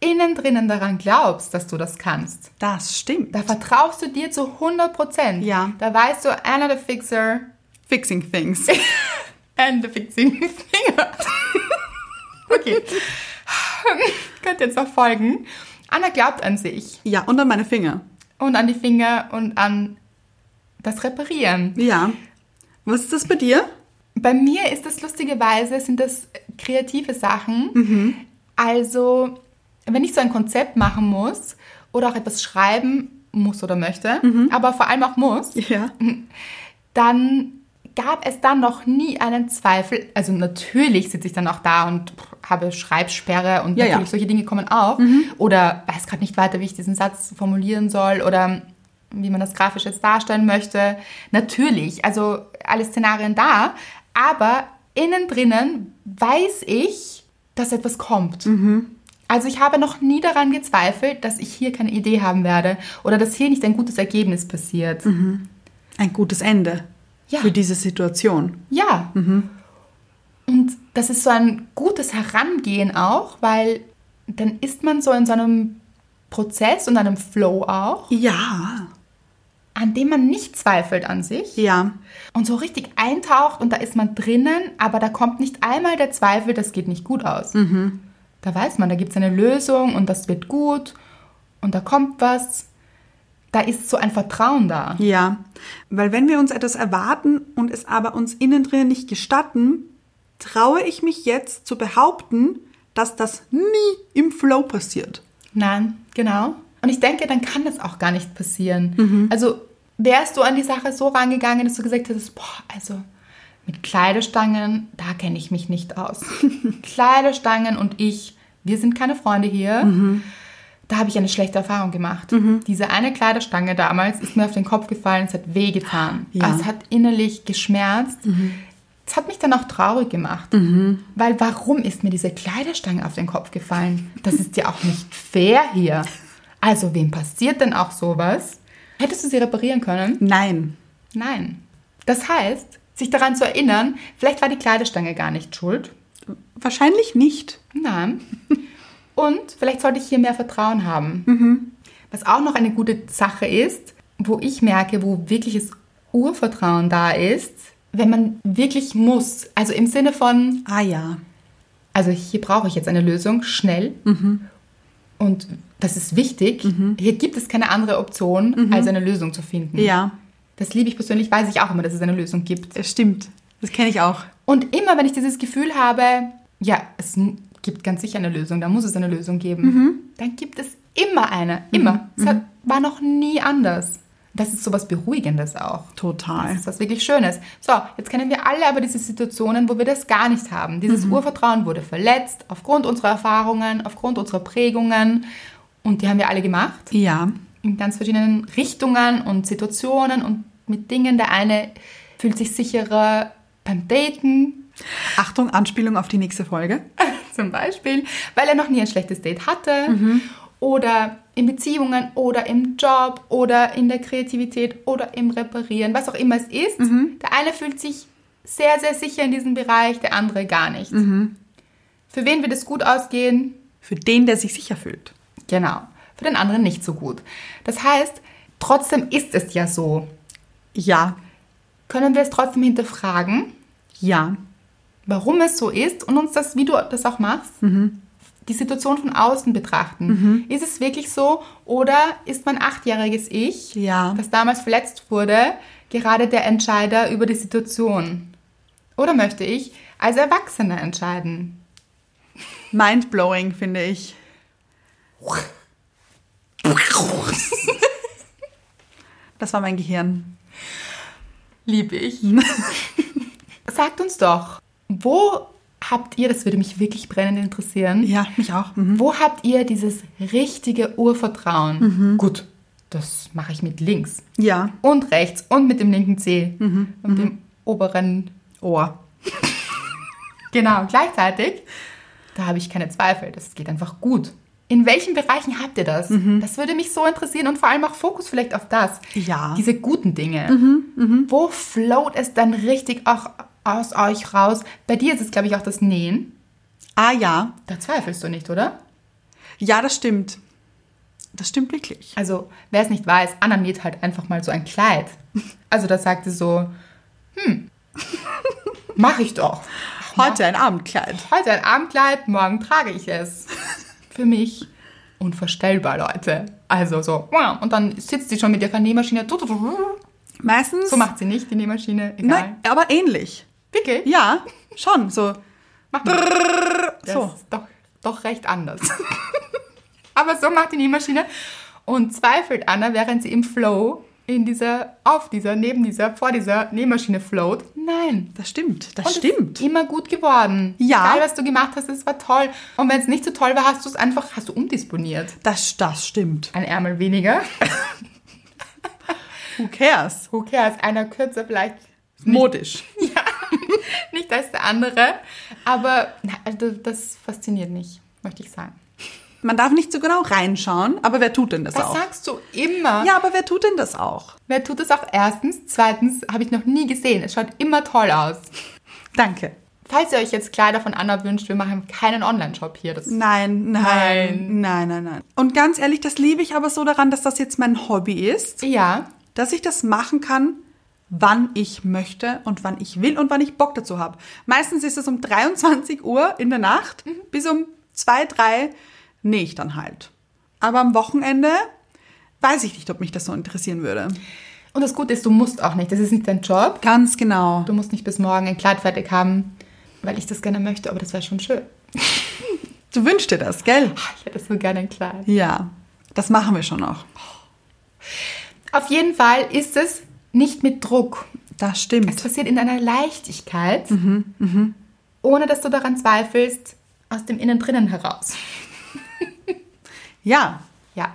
S2: innen drinnen daran glaubst, dass du das kannst.
S1: Das stimmt.
S2: Da vertraust du dir zu 100 Prozent.
S1: Ja.
S2: Da weißt du, Anna the Fixer [COUGHS]
S1: Fixing things.
S2: and the
S1: [LAUGHS]
S2: Fixing Finger. [LAUGHS] okay. Könnt ihr jetzt noch folgen. Anna glaubt an sich.
S1: Ja, und an meine Finger.
S2: und an die Finger und an das reparieren.
S1: Ja. Was ist das bei dir?
S2: Bei mir ist das lustigerweise, sind das kreative Sachen. Also, wenn ich so ein Konzept machen muss oder auch etwas schreiben muss oder möchte, aber vor allem auch muss,
S1: Ja.
S2: dann gab es dann noch nie einen Zweifel. Also natürlich sitze ich dann auch da und pff, habe Schreibsperre und
S1: Ja, Mhm. ja.
S2: natürlich solche Dinge kommen auf. Oder weiß gerade nicht weiter, wie ich diesen Satz formulieren soll oder wie man das grafisch jetzt darstellen möchte. Natürlich, also alle Szenarien da. Aber innen drinnen weiß ich, dass etwas kommt.
S1: Mhm.
S2: Also ich habe noch nie daran gezweifelt, dass ich hier keine Idee haben werde oder dass hier nicht ein gutes Ergebnis passiert.
S1: Ein gutes Ende
S2: Ja.
S1: für diese Situation.
S2: Ja. Und das ist so ein gutes Herangehen auch, weil dann ist man so in so einem Prozess und einem Flow auch,
S1: Ja.
S2: an dem man nicht zweifelt an sich
S1: Ja.
S2: und so richtig eintaucht und da ist man drinnen, aber da kommt nicht einmal der Zweifel, das geht nicht gut aus. Da weiß man, da gibt es eine Lösung und das wird gut und da kommt was. Da ist so ein Vertrauen da.
S1: Ja, weil wenn wir uns etwas erwarten und es aber uns innen drin nicht gestatten, traue ich mich jetzt zu behaupten, dass das nie im Flow passiert.
S2: Nein, genau. Und ich denke, dann kann das auch gar nicht passieren. Also wärst du an die Sache so rangegangen, dass du gesagt hättest, boah, also mit Kleiderstangen, da kenne ich mich nicht aus. Kleiderstangen und ich, wir sind keine Freunde hier. Da habe ich eine schlechte Erfahrung gemacht. Diese eine Kleiderstange damals ist mir auf den Kopf gefallen, es hat Also, wehgetan.
S1: Ja.
S2: Es hat innerlich geschmerzt. Es hat mich dann auch traurig gemacht. Weil warum ist mir diese Kleiderstange auf den Kopf gefallen? Das ist ja auch nicht fair hier. Also wem passiert denn auch sowas? Hättest du sie reparieren können?
S1: Nein.
S2: Nein. Das heißt, sich daran zu erinnern, vielleicht war die Kleiderstange gar nicht schuld.
S1: Wahrscheinlich nicht.
S2: Nein. Und vielleicht sollte ich hier mehr Vertrauen haben. Was auch noch eine gute Sache ist, wo ich merke, wo wirkliches Urvertrauen da ist, wenn man wirklich muss. Also im Sinne von,
S1: Ah ja.
S2: also hier brauche ich jetzt eine Lösung, schnell. Und das ist wichtig. Hier gibt es keine andere Option, als eine Lösung zu finden.
S1: Ja,
S2: Das liebe ich persönlich, weiß ich auch immer, dass es eine Lösung gibt.
S1: das stimmt. Das kenne ich auch.
S2: Und immer, wenn ich dieses Gefühl habe, ja, es m- gibt ganz sicher eine Lösung, da muss es eine Lösung geben,
S1: Mhm.
S2: dann gibt es immer eine. Immer. Es hat, war noch nie anders. Das ist sowas Beruhigendes auch. Das
S1: Total.
S2: ist was wirklich Schönes. So, jetzt kennen wir alle aber diese Situationen, wo wir das gar nicht haben.
S1: Mhm.
S2: Dieses Urvertrauen wurde verletzt aufgrund unserer Erfahrungen, aufgrund unserer Prägungen. Und die haben wir alle gemacht.
S1: Ja.
S2: In ganz verschiedenen Richtungen und Situationen und mit Dingen. Der eine fühlt sich sicherer beim Daten
S1: Achtung, Anspielung auf die nächste Folge.
S2: [LAUGHS] zum Beispiel, weil er noch nie ein schlechtes Date hatte. Oder in Beziehungen oder im Job oder in der Kreativität oder im Reparieren, was auch immer es ist. Der eine fühlt sich sehr, sehr sicher in diesem Bereich, der andere gar nicht. Für wen wird es gut ausgehen?
S1: Für den, der sich sicher fühlt.
S2: Genau. Für den anderen nicht so gut. Das heißt, trotzdem ist es ja so.
S1: Ja.
S2: Können wir es trotzdem hinterfragen?
S1: Ja.
S2: warum es so ist und uns das, wie du das auch machst,
S1: Mhm.
S2: die Situation von außen betrachten. Ist es wirklich so oder ist mein achtjähriges Ich,
S1: Ja.
S2: das damals verletzt wurde, gerade der Entscheider über die Situation? Oder möchte ich als Erwachsener entscheiden?
S1: Mindblowing, finde ich. Das war mein Gehirn. [LAUGHS]
S2: Liebe ich. Sagt uns doch, wo habt ihr, das würde mich wirklich brennend interessieren,
S1: Ja, mich auch. Mhm.
S2: Wo habt ihr dieses richtige Urvertrauen?
S1: Mhm.
S2: Gut, das mache ich mit links
S1: Ja.
S2: und rechts und mit dem linken Zeh und dem oberen.
S1: Ohr.
S2: [LAUGHS] Genau, gleichzeitig. Da habe ich keine Zweifel, das geht einfach gut. In welchen Bereichen habt ihr das? Das würde mich so interessieren und vor allem auch Fokus vielleicht auf das.
S1: Ja.
S2: Diese guten Dinge. Wo float es dann richtig auch aus euch raus? Bei dir ist es, glaube ich, auch das Nähen.
S1: Ah ja.
S2: Da zweifelst du nicht, oder?
S1: Ja, das stimmt. Das stimmt wirklich.
S2: Also, wer es nicht weiß, Anna näht halt einfach mal so ein Kleid. Also, da sagte so, hm, mach ich doch.
S1: Heute ein Abendkleid.
S2: Heute ein Abendkleid, morgen trage ich es. Für mich unvorstellbar, Leute. Also so, wow. und dann sitzt sie schon mit ihrer Nähmaschine.
S1: Meistens.
S2: So macht sie nicht, die Nähmaschine, egal.
S1: Nein, aber ähnlich.
S2: Wirklich?
S1: Ja, schon. So.
S2: Mach mal. Das
S1: so.
S2: ist doch, doch recht anders. [LAUGHS] Aber so macht die Nähmaschine und zweifelt Anna, während sie im Flow in dieser, auf dieser, neben dieser, vor dieser Nähmaschine float. Nein.
S1: Das stimmt. Das
S2: Und Es
S1: stimmt.
S2: ist immer gut geworden.
S1: Ja.
S2: Egal, was du gemacht hast, es war toll. Und wenn es nicht so toll war, hast du es einfach, hast du umdisponiert.
S1: Das, das stimmt.
S2: Ein Ärmel weniger. [LAUGHS]
S1: Who cares?
S2: Who cares? Einer kürzer vielleicht.
S1: Modisch.
S2: Nicht als der andere. Aber na, also das fasziniert mich, möchte ich sagen.
S1: Man darf nicht so genau reinschauen, aber wer tut denn das,
S2: Das
S1: auch?
S2: sagst du immer.
S1: Ja, aber wer tut denn das auch?
S2: Wer tut es auch erstens? Zweitens habe ich noch nie gesehen. Es schaut immer toll aus.
S1: Danke.
S2: Falls ihr euch jetzt Kleider von Anna wünscht, wir machen keinen Online-Shop hier. Das
S1: Nein, nein, nein, nein, nein. Und ganz ehrlich, das liebe ich aber so daran, dass das jetzt mein Hobby ist,
S2: ja,
S1: dass ich das machen kann, wann ich möchte und wann ich will und wann ich Bock dazu habe. Meistens ist es um 23 Uhr in der Nacht, bis um 2, 3 nähe ich dann halt. Aber am Wochenende weiß ich nicht, ob mich das so interessieren würde.
S2: und das Gute ist, du musst auch nicht. Das ist nicht dein Job.
S1: Ganz genau.
S2: Du musst nicht bis morgen ein Kleid fertig haben, weil ich das gerne möchte, aber das wäre schon schön. [LAUGHS]
S1: Du wünschst dir das, gell?
S2: Ich hätte so gerne ein Kleid.
S1: Ja, das machen wir schon noch.
S2: Auf jeden Fall ist es nicht mit Druck.
S1: Das
S2: Es
S1: stimmt.
S2: passiert in einer Leichtigkeit, ohne dass du daran zweifelst, aus dem Innen drinnen heraus.
S1: Ja,
S2: Ja,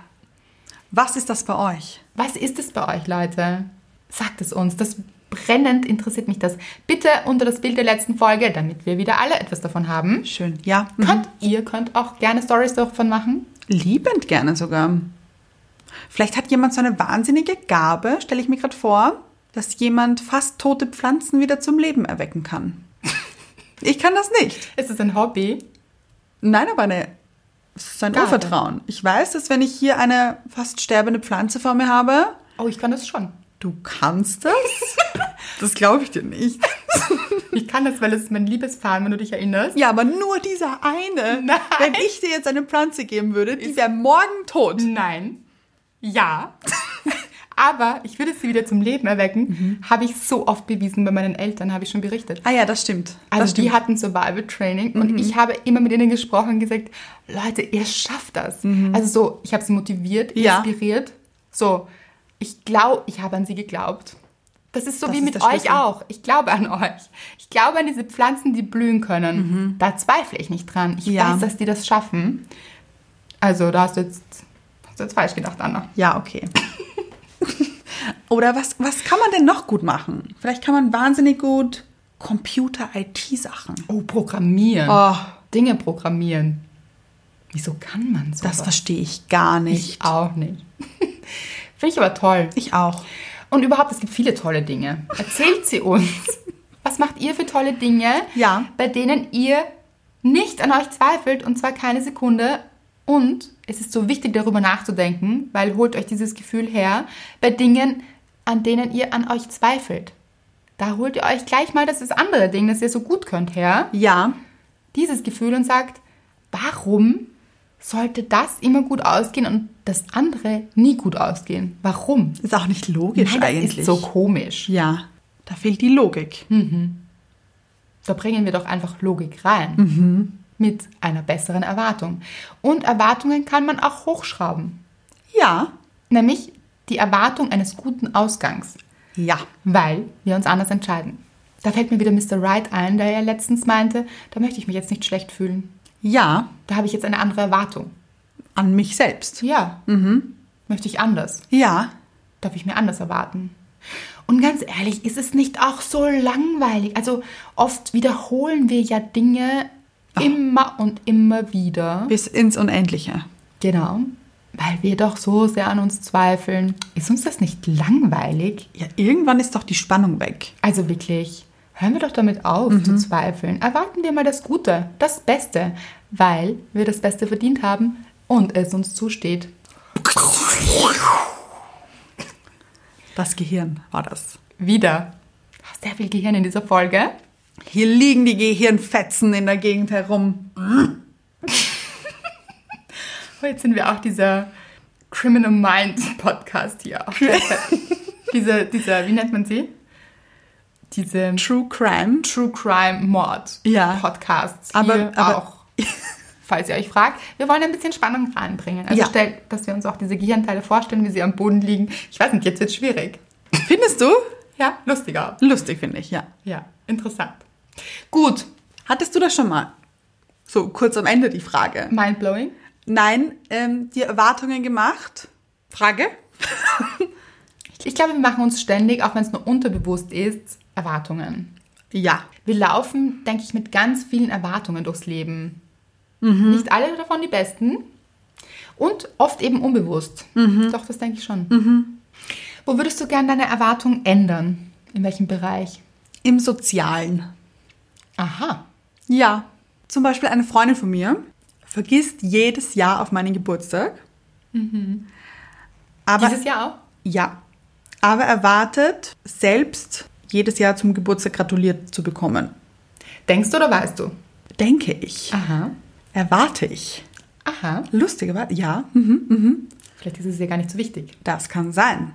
S1: was ist das bei euch?
S2: Was ist es bei euch, Leute? Sagt es uns. Das brennend interessiert mich das. Bitte unter das Bild der letzten Folge, damit wir wieder alle etwas davon haben.
S1: Schön, ja.
S2: Könnt ihr könnt auch gerne Stories davon machen.
S1: Liebend gerne sogar. Vielleicht hat jemand so eine wahnsinnige Gabe, stelle ich mir gerade vor, dass jemand fast tote Pflanzen wieder zum Leben erwecken kann. Ich kann das nicht.
S2: Es ist ein Hobby.
S1: Nein, aber eine, es ist ein
S2: Gabe.
S1: Urvertrauen. Ich weiß, dass wenn ich hier eine fast sterbende Pflanze vor mir habe,
S2: Oh, ich kann das schon.
S1: du kannst das? Das glaube ich dir nicht.
S2: Ich kann das, weil es ist mein Liebesfahren, wenn du dich erinnerst.
S1: Ja, aber nur dieser eine.
S2: Nein.
S1: Wenn ich dir jetzt eine Pflanze geben würde, die wäre morgen tot.
S2: Nein. Ja. Aber ich würde sie wieder zum Leben erwecken. Habe ich so oft bewiesen bei meinen Eltern, habe ich schon berichtet.
S1: Ah ja, das stimmt.
S2: Also
S1: das stimmt. Mhm.
S2: die hatten Survival Training und ich habe immer mit ihnen gesprochen und gesagt, Leute, ihr schafft das. Also so, ich habe sie motiviert,
S1: Mhm. Ja.
S2: inspiriert. So, ich glaube, ich habe an sie geglaubt. Das ist so
S1: Das
S2: wie
S1: ist
S2: mit
S1: der
S2: euch
S1: Schlüssel.
S2: auch. Ich glaube an euch. Ich glaube an diese Pflanzen, die blühen können. Da zweifle ich nicht dran. Ich
S1: Mhm. Ja.
S2: weiß, dass die das schaffen. Also da hast du jetzt, hast du jetzt falsch gedacht, Anna.
S1: Ja, okay. Oder was, was kann man denn noch gut machen? Vielleicht kann man wahnsinnig gut Computer-IT-Sachen.
S2: Oh, programmieren.
S1: Oh.
S2: Dinge programmieren. Wieso kann man so?
S1: Das verstehe ich gar nicht.
S2: Ich auch nicht. [LAUGHS] Finde ich aber toll.
S1: Ich auch.
S2: Und überhaupt, es gibt viele tolle Dinge. Erzählt sie uns. Was macht ihr für tolle Dinge,
S1: Ja.
S2: bei denen ihr nicht an euch zweifelt und zwar keine Sekunde? Und es ist so wichtig, darüber nachzudenken, weil holt euch dieses Gefühl her, bei Dingen, an denen ihr an euch zweifelt. Da holt ihr euch gleich mal das andere Ding, das ihr so gut könnt, her
S1: Ja,
S2: dieses Gefühl und sagt, warum sollte das immer gut ausgehen und das andere nie gut ausgehen? Warum?
S1: ist auch nicht logisch
S2: das
S1: eigentlich.
S2: ist so Hm. komisch.
S1: ja, da fehlt die Logik.
S2: Da bringen wir doch einfach Logik rein.
S1: Mhm.
S2: Mit einer besseren Erwartung. Und Erwartungen kann man auch hochschrauben.
S1: Ja,
S2: Nämlich die Erwartung eines guten Ausgangs.
S1: ja.
S2: weil wir uns anders entscheiden. Da fällt mir wieder Mr. Wright ein, der ja letztens meinte, da möchte ich mich jetzt nicht schlecht fühlen.
S1: Ja,
S2: Da habe ich jetzt eine andere Erwartung.
S1: an mich selbst.
S2: Ja,
S1: Mhm.
S2: möchte ich anders.
S1: Ja,
S2: Darf ich mir anders erwarten? Und ganz ehrlich, ist es nicht auch so langweilig? Also oft wiederholen wir ja Dinge immer und immer wieder.
S1: bis ins Unendliche.
S2: Genau. Weil wir doch so sehr an uns zweifeln. Ist uns das nicht langweilig?
S1: Ja, irgendwann ist doch die Spannung weg.
S2: Also wirklich, hören wir doch damit auf zu zweifeln. Erwarten wir mal das Gute, das Beste, weil wir das Beste verdient haben und es uns zusteht.
S1: Das Gehirn war das.
S2: Wieder. Sehr viel Gehirn in dieser Folge.
S1: Hier liegen die Gehirnfetzen in der Gegend herum. [LAUGHS]
S2: Oh, jetzt sind wir auch dieser Criminal Minds Podcast hier. Auf der Seite. Diese, dieser, wie nennt man sie? Diese
S1: True Crime.
S2: True Crime Mord
S1: Ja.
S2: Podcasts.
S1: Aber-
S2: ihr
S1: aber-
S2: auch. Falls ihr euch fragt, wir wollen ein bisschen Spannung reinbringen. Also
S1: Ja.
S2: stellt, dass wir uns auch diese Gehirnteile vorstellen, wie sie am Boden liegen. Ich weiß nicht, jetzt wird schwierig.
S1: Findest du?
S2: Ja, lustiger.
S1: Lustig, finde ich, ja.
S2: Ja, interessant. Gut,
S1: Hattest du das schon mal? So kurz am Ende die Frage.
S2: mindblowing.
S1: Nein, ähm, die Erwartungen gemacht? Frage?
S2: Ich glaube, wir machen uns ständig, auch wenn es nur unterbewusst ist, Erwartungen.
S1: Ja.
S2: Wir laufen, denke ich, mit ganz vielen Erwartungen durchs Leben. Nicht alle davon die besten und oft eben unbewusst. Doch, das denke ich schon. Mhm. Wo würdest du gern deine Erwartung ändern? In welchem Bereich?
S1: Im Sozialen.
S2: Aha.
S1: Ja. Zum Beispiel eine Freundin von mir vergisst jedes Jahr auf meinen Geburtstag. Aber
S2: Mhm. Dieses Jahr auch?
S1: ja. Aber erwartet, selbst jedes Jahr zum Geburtstag gratuliert zu bekommen.
S2: Denkst du oder weißt du?
S1: Denke ich.
S2: Aha.
S1: Erwarte ich.
S2: Aha.
S1: Lustigerweise, ja. Mhm.
S2: Vielleicht ist es ja gar nicht so wichtig.
S1: Das kann sein.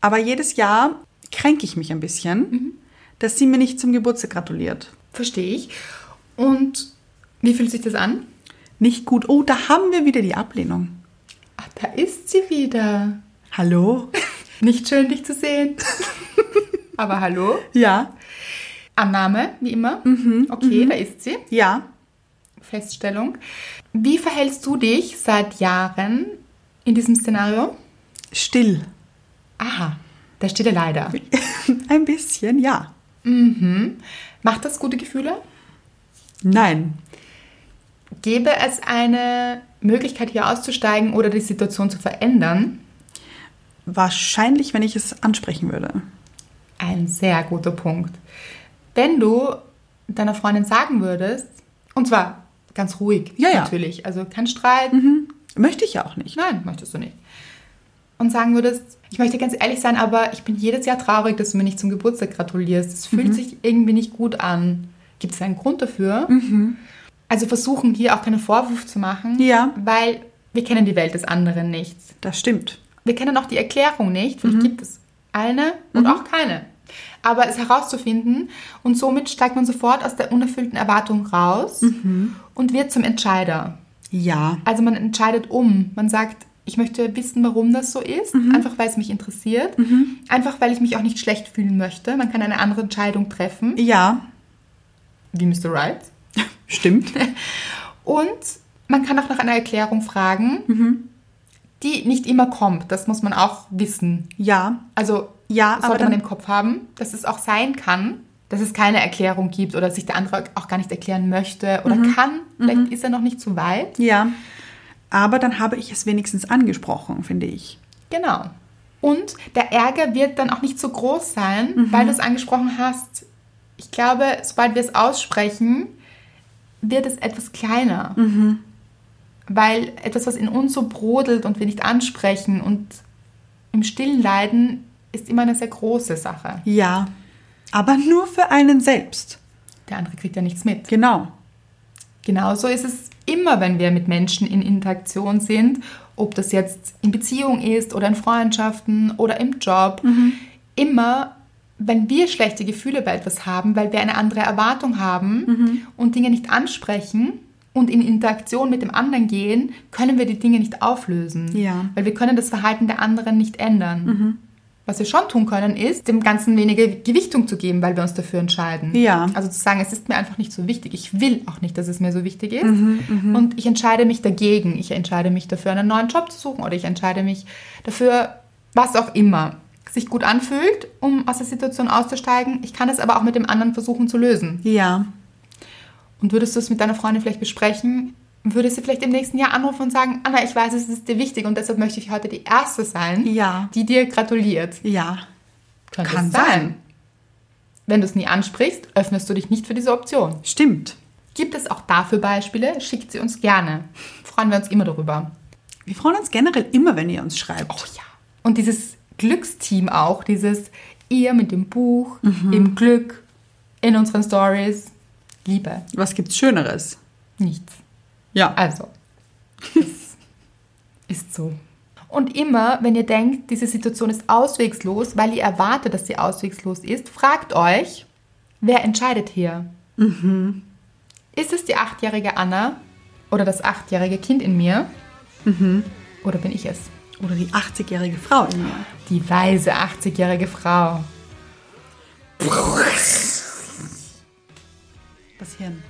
S1: Aber jedes Jahr kränke ich mich ein bisschen, dass sie mir nicht zum Geburtstag gratuliert.
S2: Verstehe ich. Und wie fühlt sich das an?
S1: Nicht gut. Oh, da haben wir wieder die Ablehnung.
S2: Ach, Ah, da ist sie wieder. [LAUGHS]
S1: Hallo?
S2: Nicht schön, dich zu sehen. [LAUGHS] Aber hallo.
S1: ja,
S2: Annahme, wie immer.
S1: Mhm,
S2: Okay, da ist sie.
S1: ja.
S2: Feststellung. Wie verhältst du dich seit Jahren in diesem Szenario?
S1: Still. [LAUGHS]
S2: Aha, da steht er leider.
S1: ein bisschen, ja.
S2: Macht das gute Gefühle?
S1: Nein.
S2: Gäbe es eine Möglichkeit, hier auszusteigen oder die Situation zu verändern?
S1: Wahrscheinlich, wenn ich es ansprechen würde.
S2: Ein sehr guter Punkt. Wenn du deiner Freundin sagen würdest, und zwar ganz ruhig,
S1: Ja, Mhm. ja.
S2: natürlich, also kein Streit,
S1: Möchte ich ja auch nicht.
S2: Nein, möchtest du nicht. Und sagen würdest, ich möchte ganz ehrlich sein, aber ich bin jedes Jahr traurig, dass du mir nicht zum Geburtstag gratulierst. Es fühlt sich irgendwie nicht gut an. Gibt es einen Grund dafür? Also versuchen hier auch keinen Vorwurf zu machen,
S1: Ja.
S2: weil wir kennen die Welt des anderen nicht.
S1: Das stimmt.
S2: Wir kennen auch die Erklärung nicht. Vielleicht gibt es eine und auch keine. Aber es herauszufinden und somit steigt man sofort aus der unerfüllten Erwartung raus und wird zum Entscheider.
S1: Ja.
S2: Also man entscheidet um. Man sagt, ich möchte wissen, warum das so ist,
S1: Mhm.
S2: einfach weil es mich interessiert, einfach weil ich mich auch nicht schlecht fühlen möchte. Man kann eine andere Entscheidung treffen,
S1: Ja.
S2: wie Mr. Right.
S1: Stimmt.
S2: Und man kann auch nach einer Erklärung fragen,
S1: Mhm.
S2: die nicht immer kommt. Das muss man auch wissen.
S1: ja.
S2: Also
S1: Ja,
S2: das
S1: aber
S2: sollte
S1: dann,
S2: man im Kopf haben, dass es auch sein kann, dass es keine Erklärung gibt oder sich der andere auch gar nicht erklären möchte oder
S1: Mhm.
S2: kann. Vielleicht ist er noch nicht so weit.
S1: ja. Aber dann habe ich es wenigstens angesprochen, finde ich.
S2: Genau. Und der Ärger wird dann auch nicht so groß sein, weil du es angesprochen hast. Ich glaube, sobald wir es aussprechen, wird es etwas kleiner. Weil etwas, was in uns so brodelt und wir nicht ansprechen und im Stillen leiden, ist immer eine sehr große Sache.
S1: Ja. Aber nur für einen selbst.
S2: Der andere kriegt ja nichts mit.
S1: Genau.
S2: Genauso Genau, ist es immer, wenn wir mit Menschen in Interaktion sind, ob das jetzt in Beziehung ist oder in Freundschaften oder im Job. Immer, wenn wir schlechte Gefühle bei etwas haben, weil wir eine andere Erwartung haben und Dinge nicht ansprechen und in Interaktion mit dem anderen gehen, können wir die Dinge nicht auflösen.
S1: Ja.
S2: Weil wir können das Verhalten der anderen nicht ändern. Was wir schon tun können, ist, dem Ganzen weniger Gewichtung zu geben, weil wir uns dafür entscheiden.
S1: Ja.
S2: Also zu sagen, es ist mir einfach nicht so wichtig. Ich will auch nicht, dass es mir so wichtig ist.
S1: Mhm,
S2: und ich entscheide mich dagegen. Ich entscheide mich dafür, einen neuen Job zu suchen oder ich entscheide mich dafür, was auch immer sich gut anfühlt, um aus der Situation auszusteigen. Ich kann es aber auch mit dem anderen versuchen zu lösen.
S1: Ja.
S2: Und würdest du es mit deiner Freundin vielleicht besprechen? Würdest du vielleicht im nächsten Jahr anrufen und sagen, Anna, ich weiß, es ist dir wichtig und deshalb möchte ich heute die Erste sein,
S1: Ja.
S2: die dir gratuliert.
S1: Ja.
S2: Könnte
S1: Kann
S2: es sein.
S1: sein.
S2: Wenn du es nie ansprichst, öffnest du dich nicht für diese Option.
S1: Stimmt.
S2: Gibt es auch dafür Beispiele? Schickt sie uns gerne. Freuen wir uns immer darüber.
S1: Wir freuen uns generell immer, wenn ihr uns schreibt.
S2: ja. Und dieses Glücksteam auch, dieses ihr mit dem Buch, im Glück, in unseren Stories. Liebe,
S1: Was gibt's Schöneres?
S2: nichts.
S1: Ja.
S2: Also, das [LAUGHS] ist so. Und immer, wenn ihr denkt, diese Situation ist auswegslos, weil ihr erwartet, dass sie auswegslos ist, fragt euch, wer entscheidet hier? Ist es die achtjährige Anna oder das achtjährige Kind in mir? Oder bin ich es?
S1: Oder die 80-jährige Frau in mir.
S2: Die weise 80-jährige Frau.
S1: Das Hirn.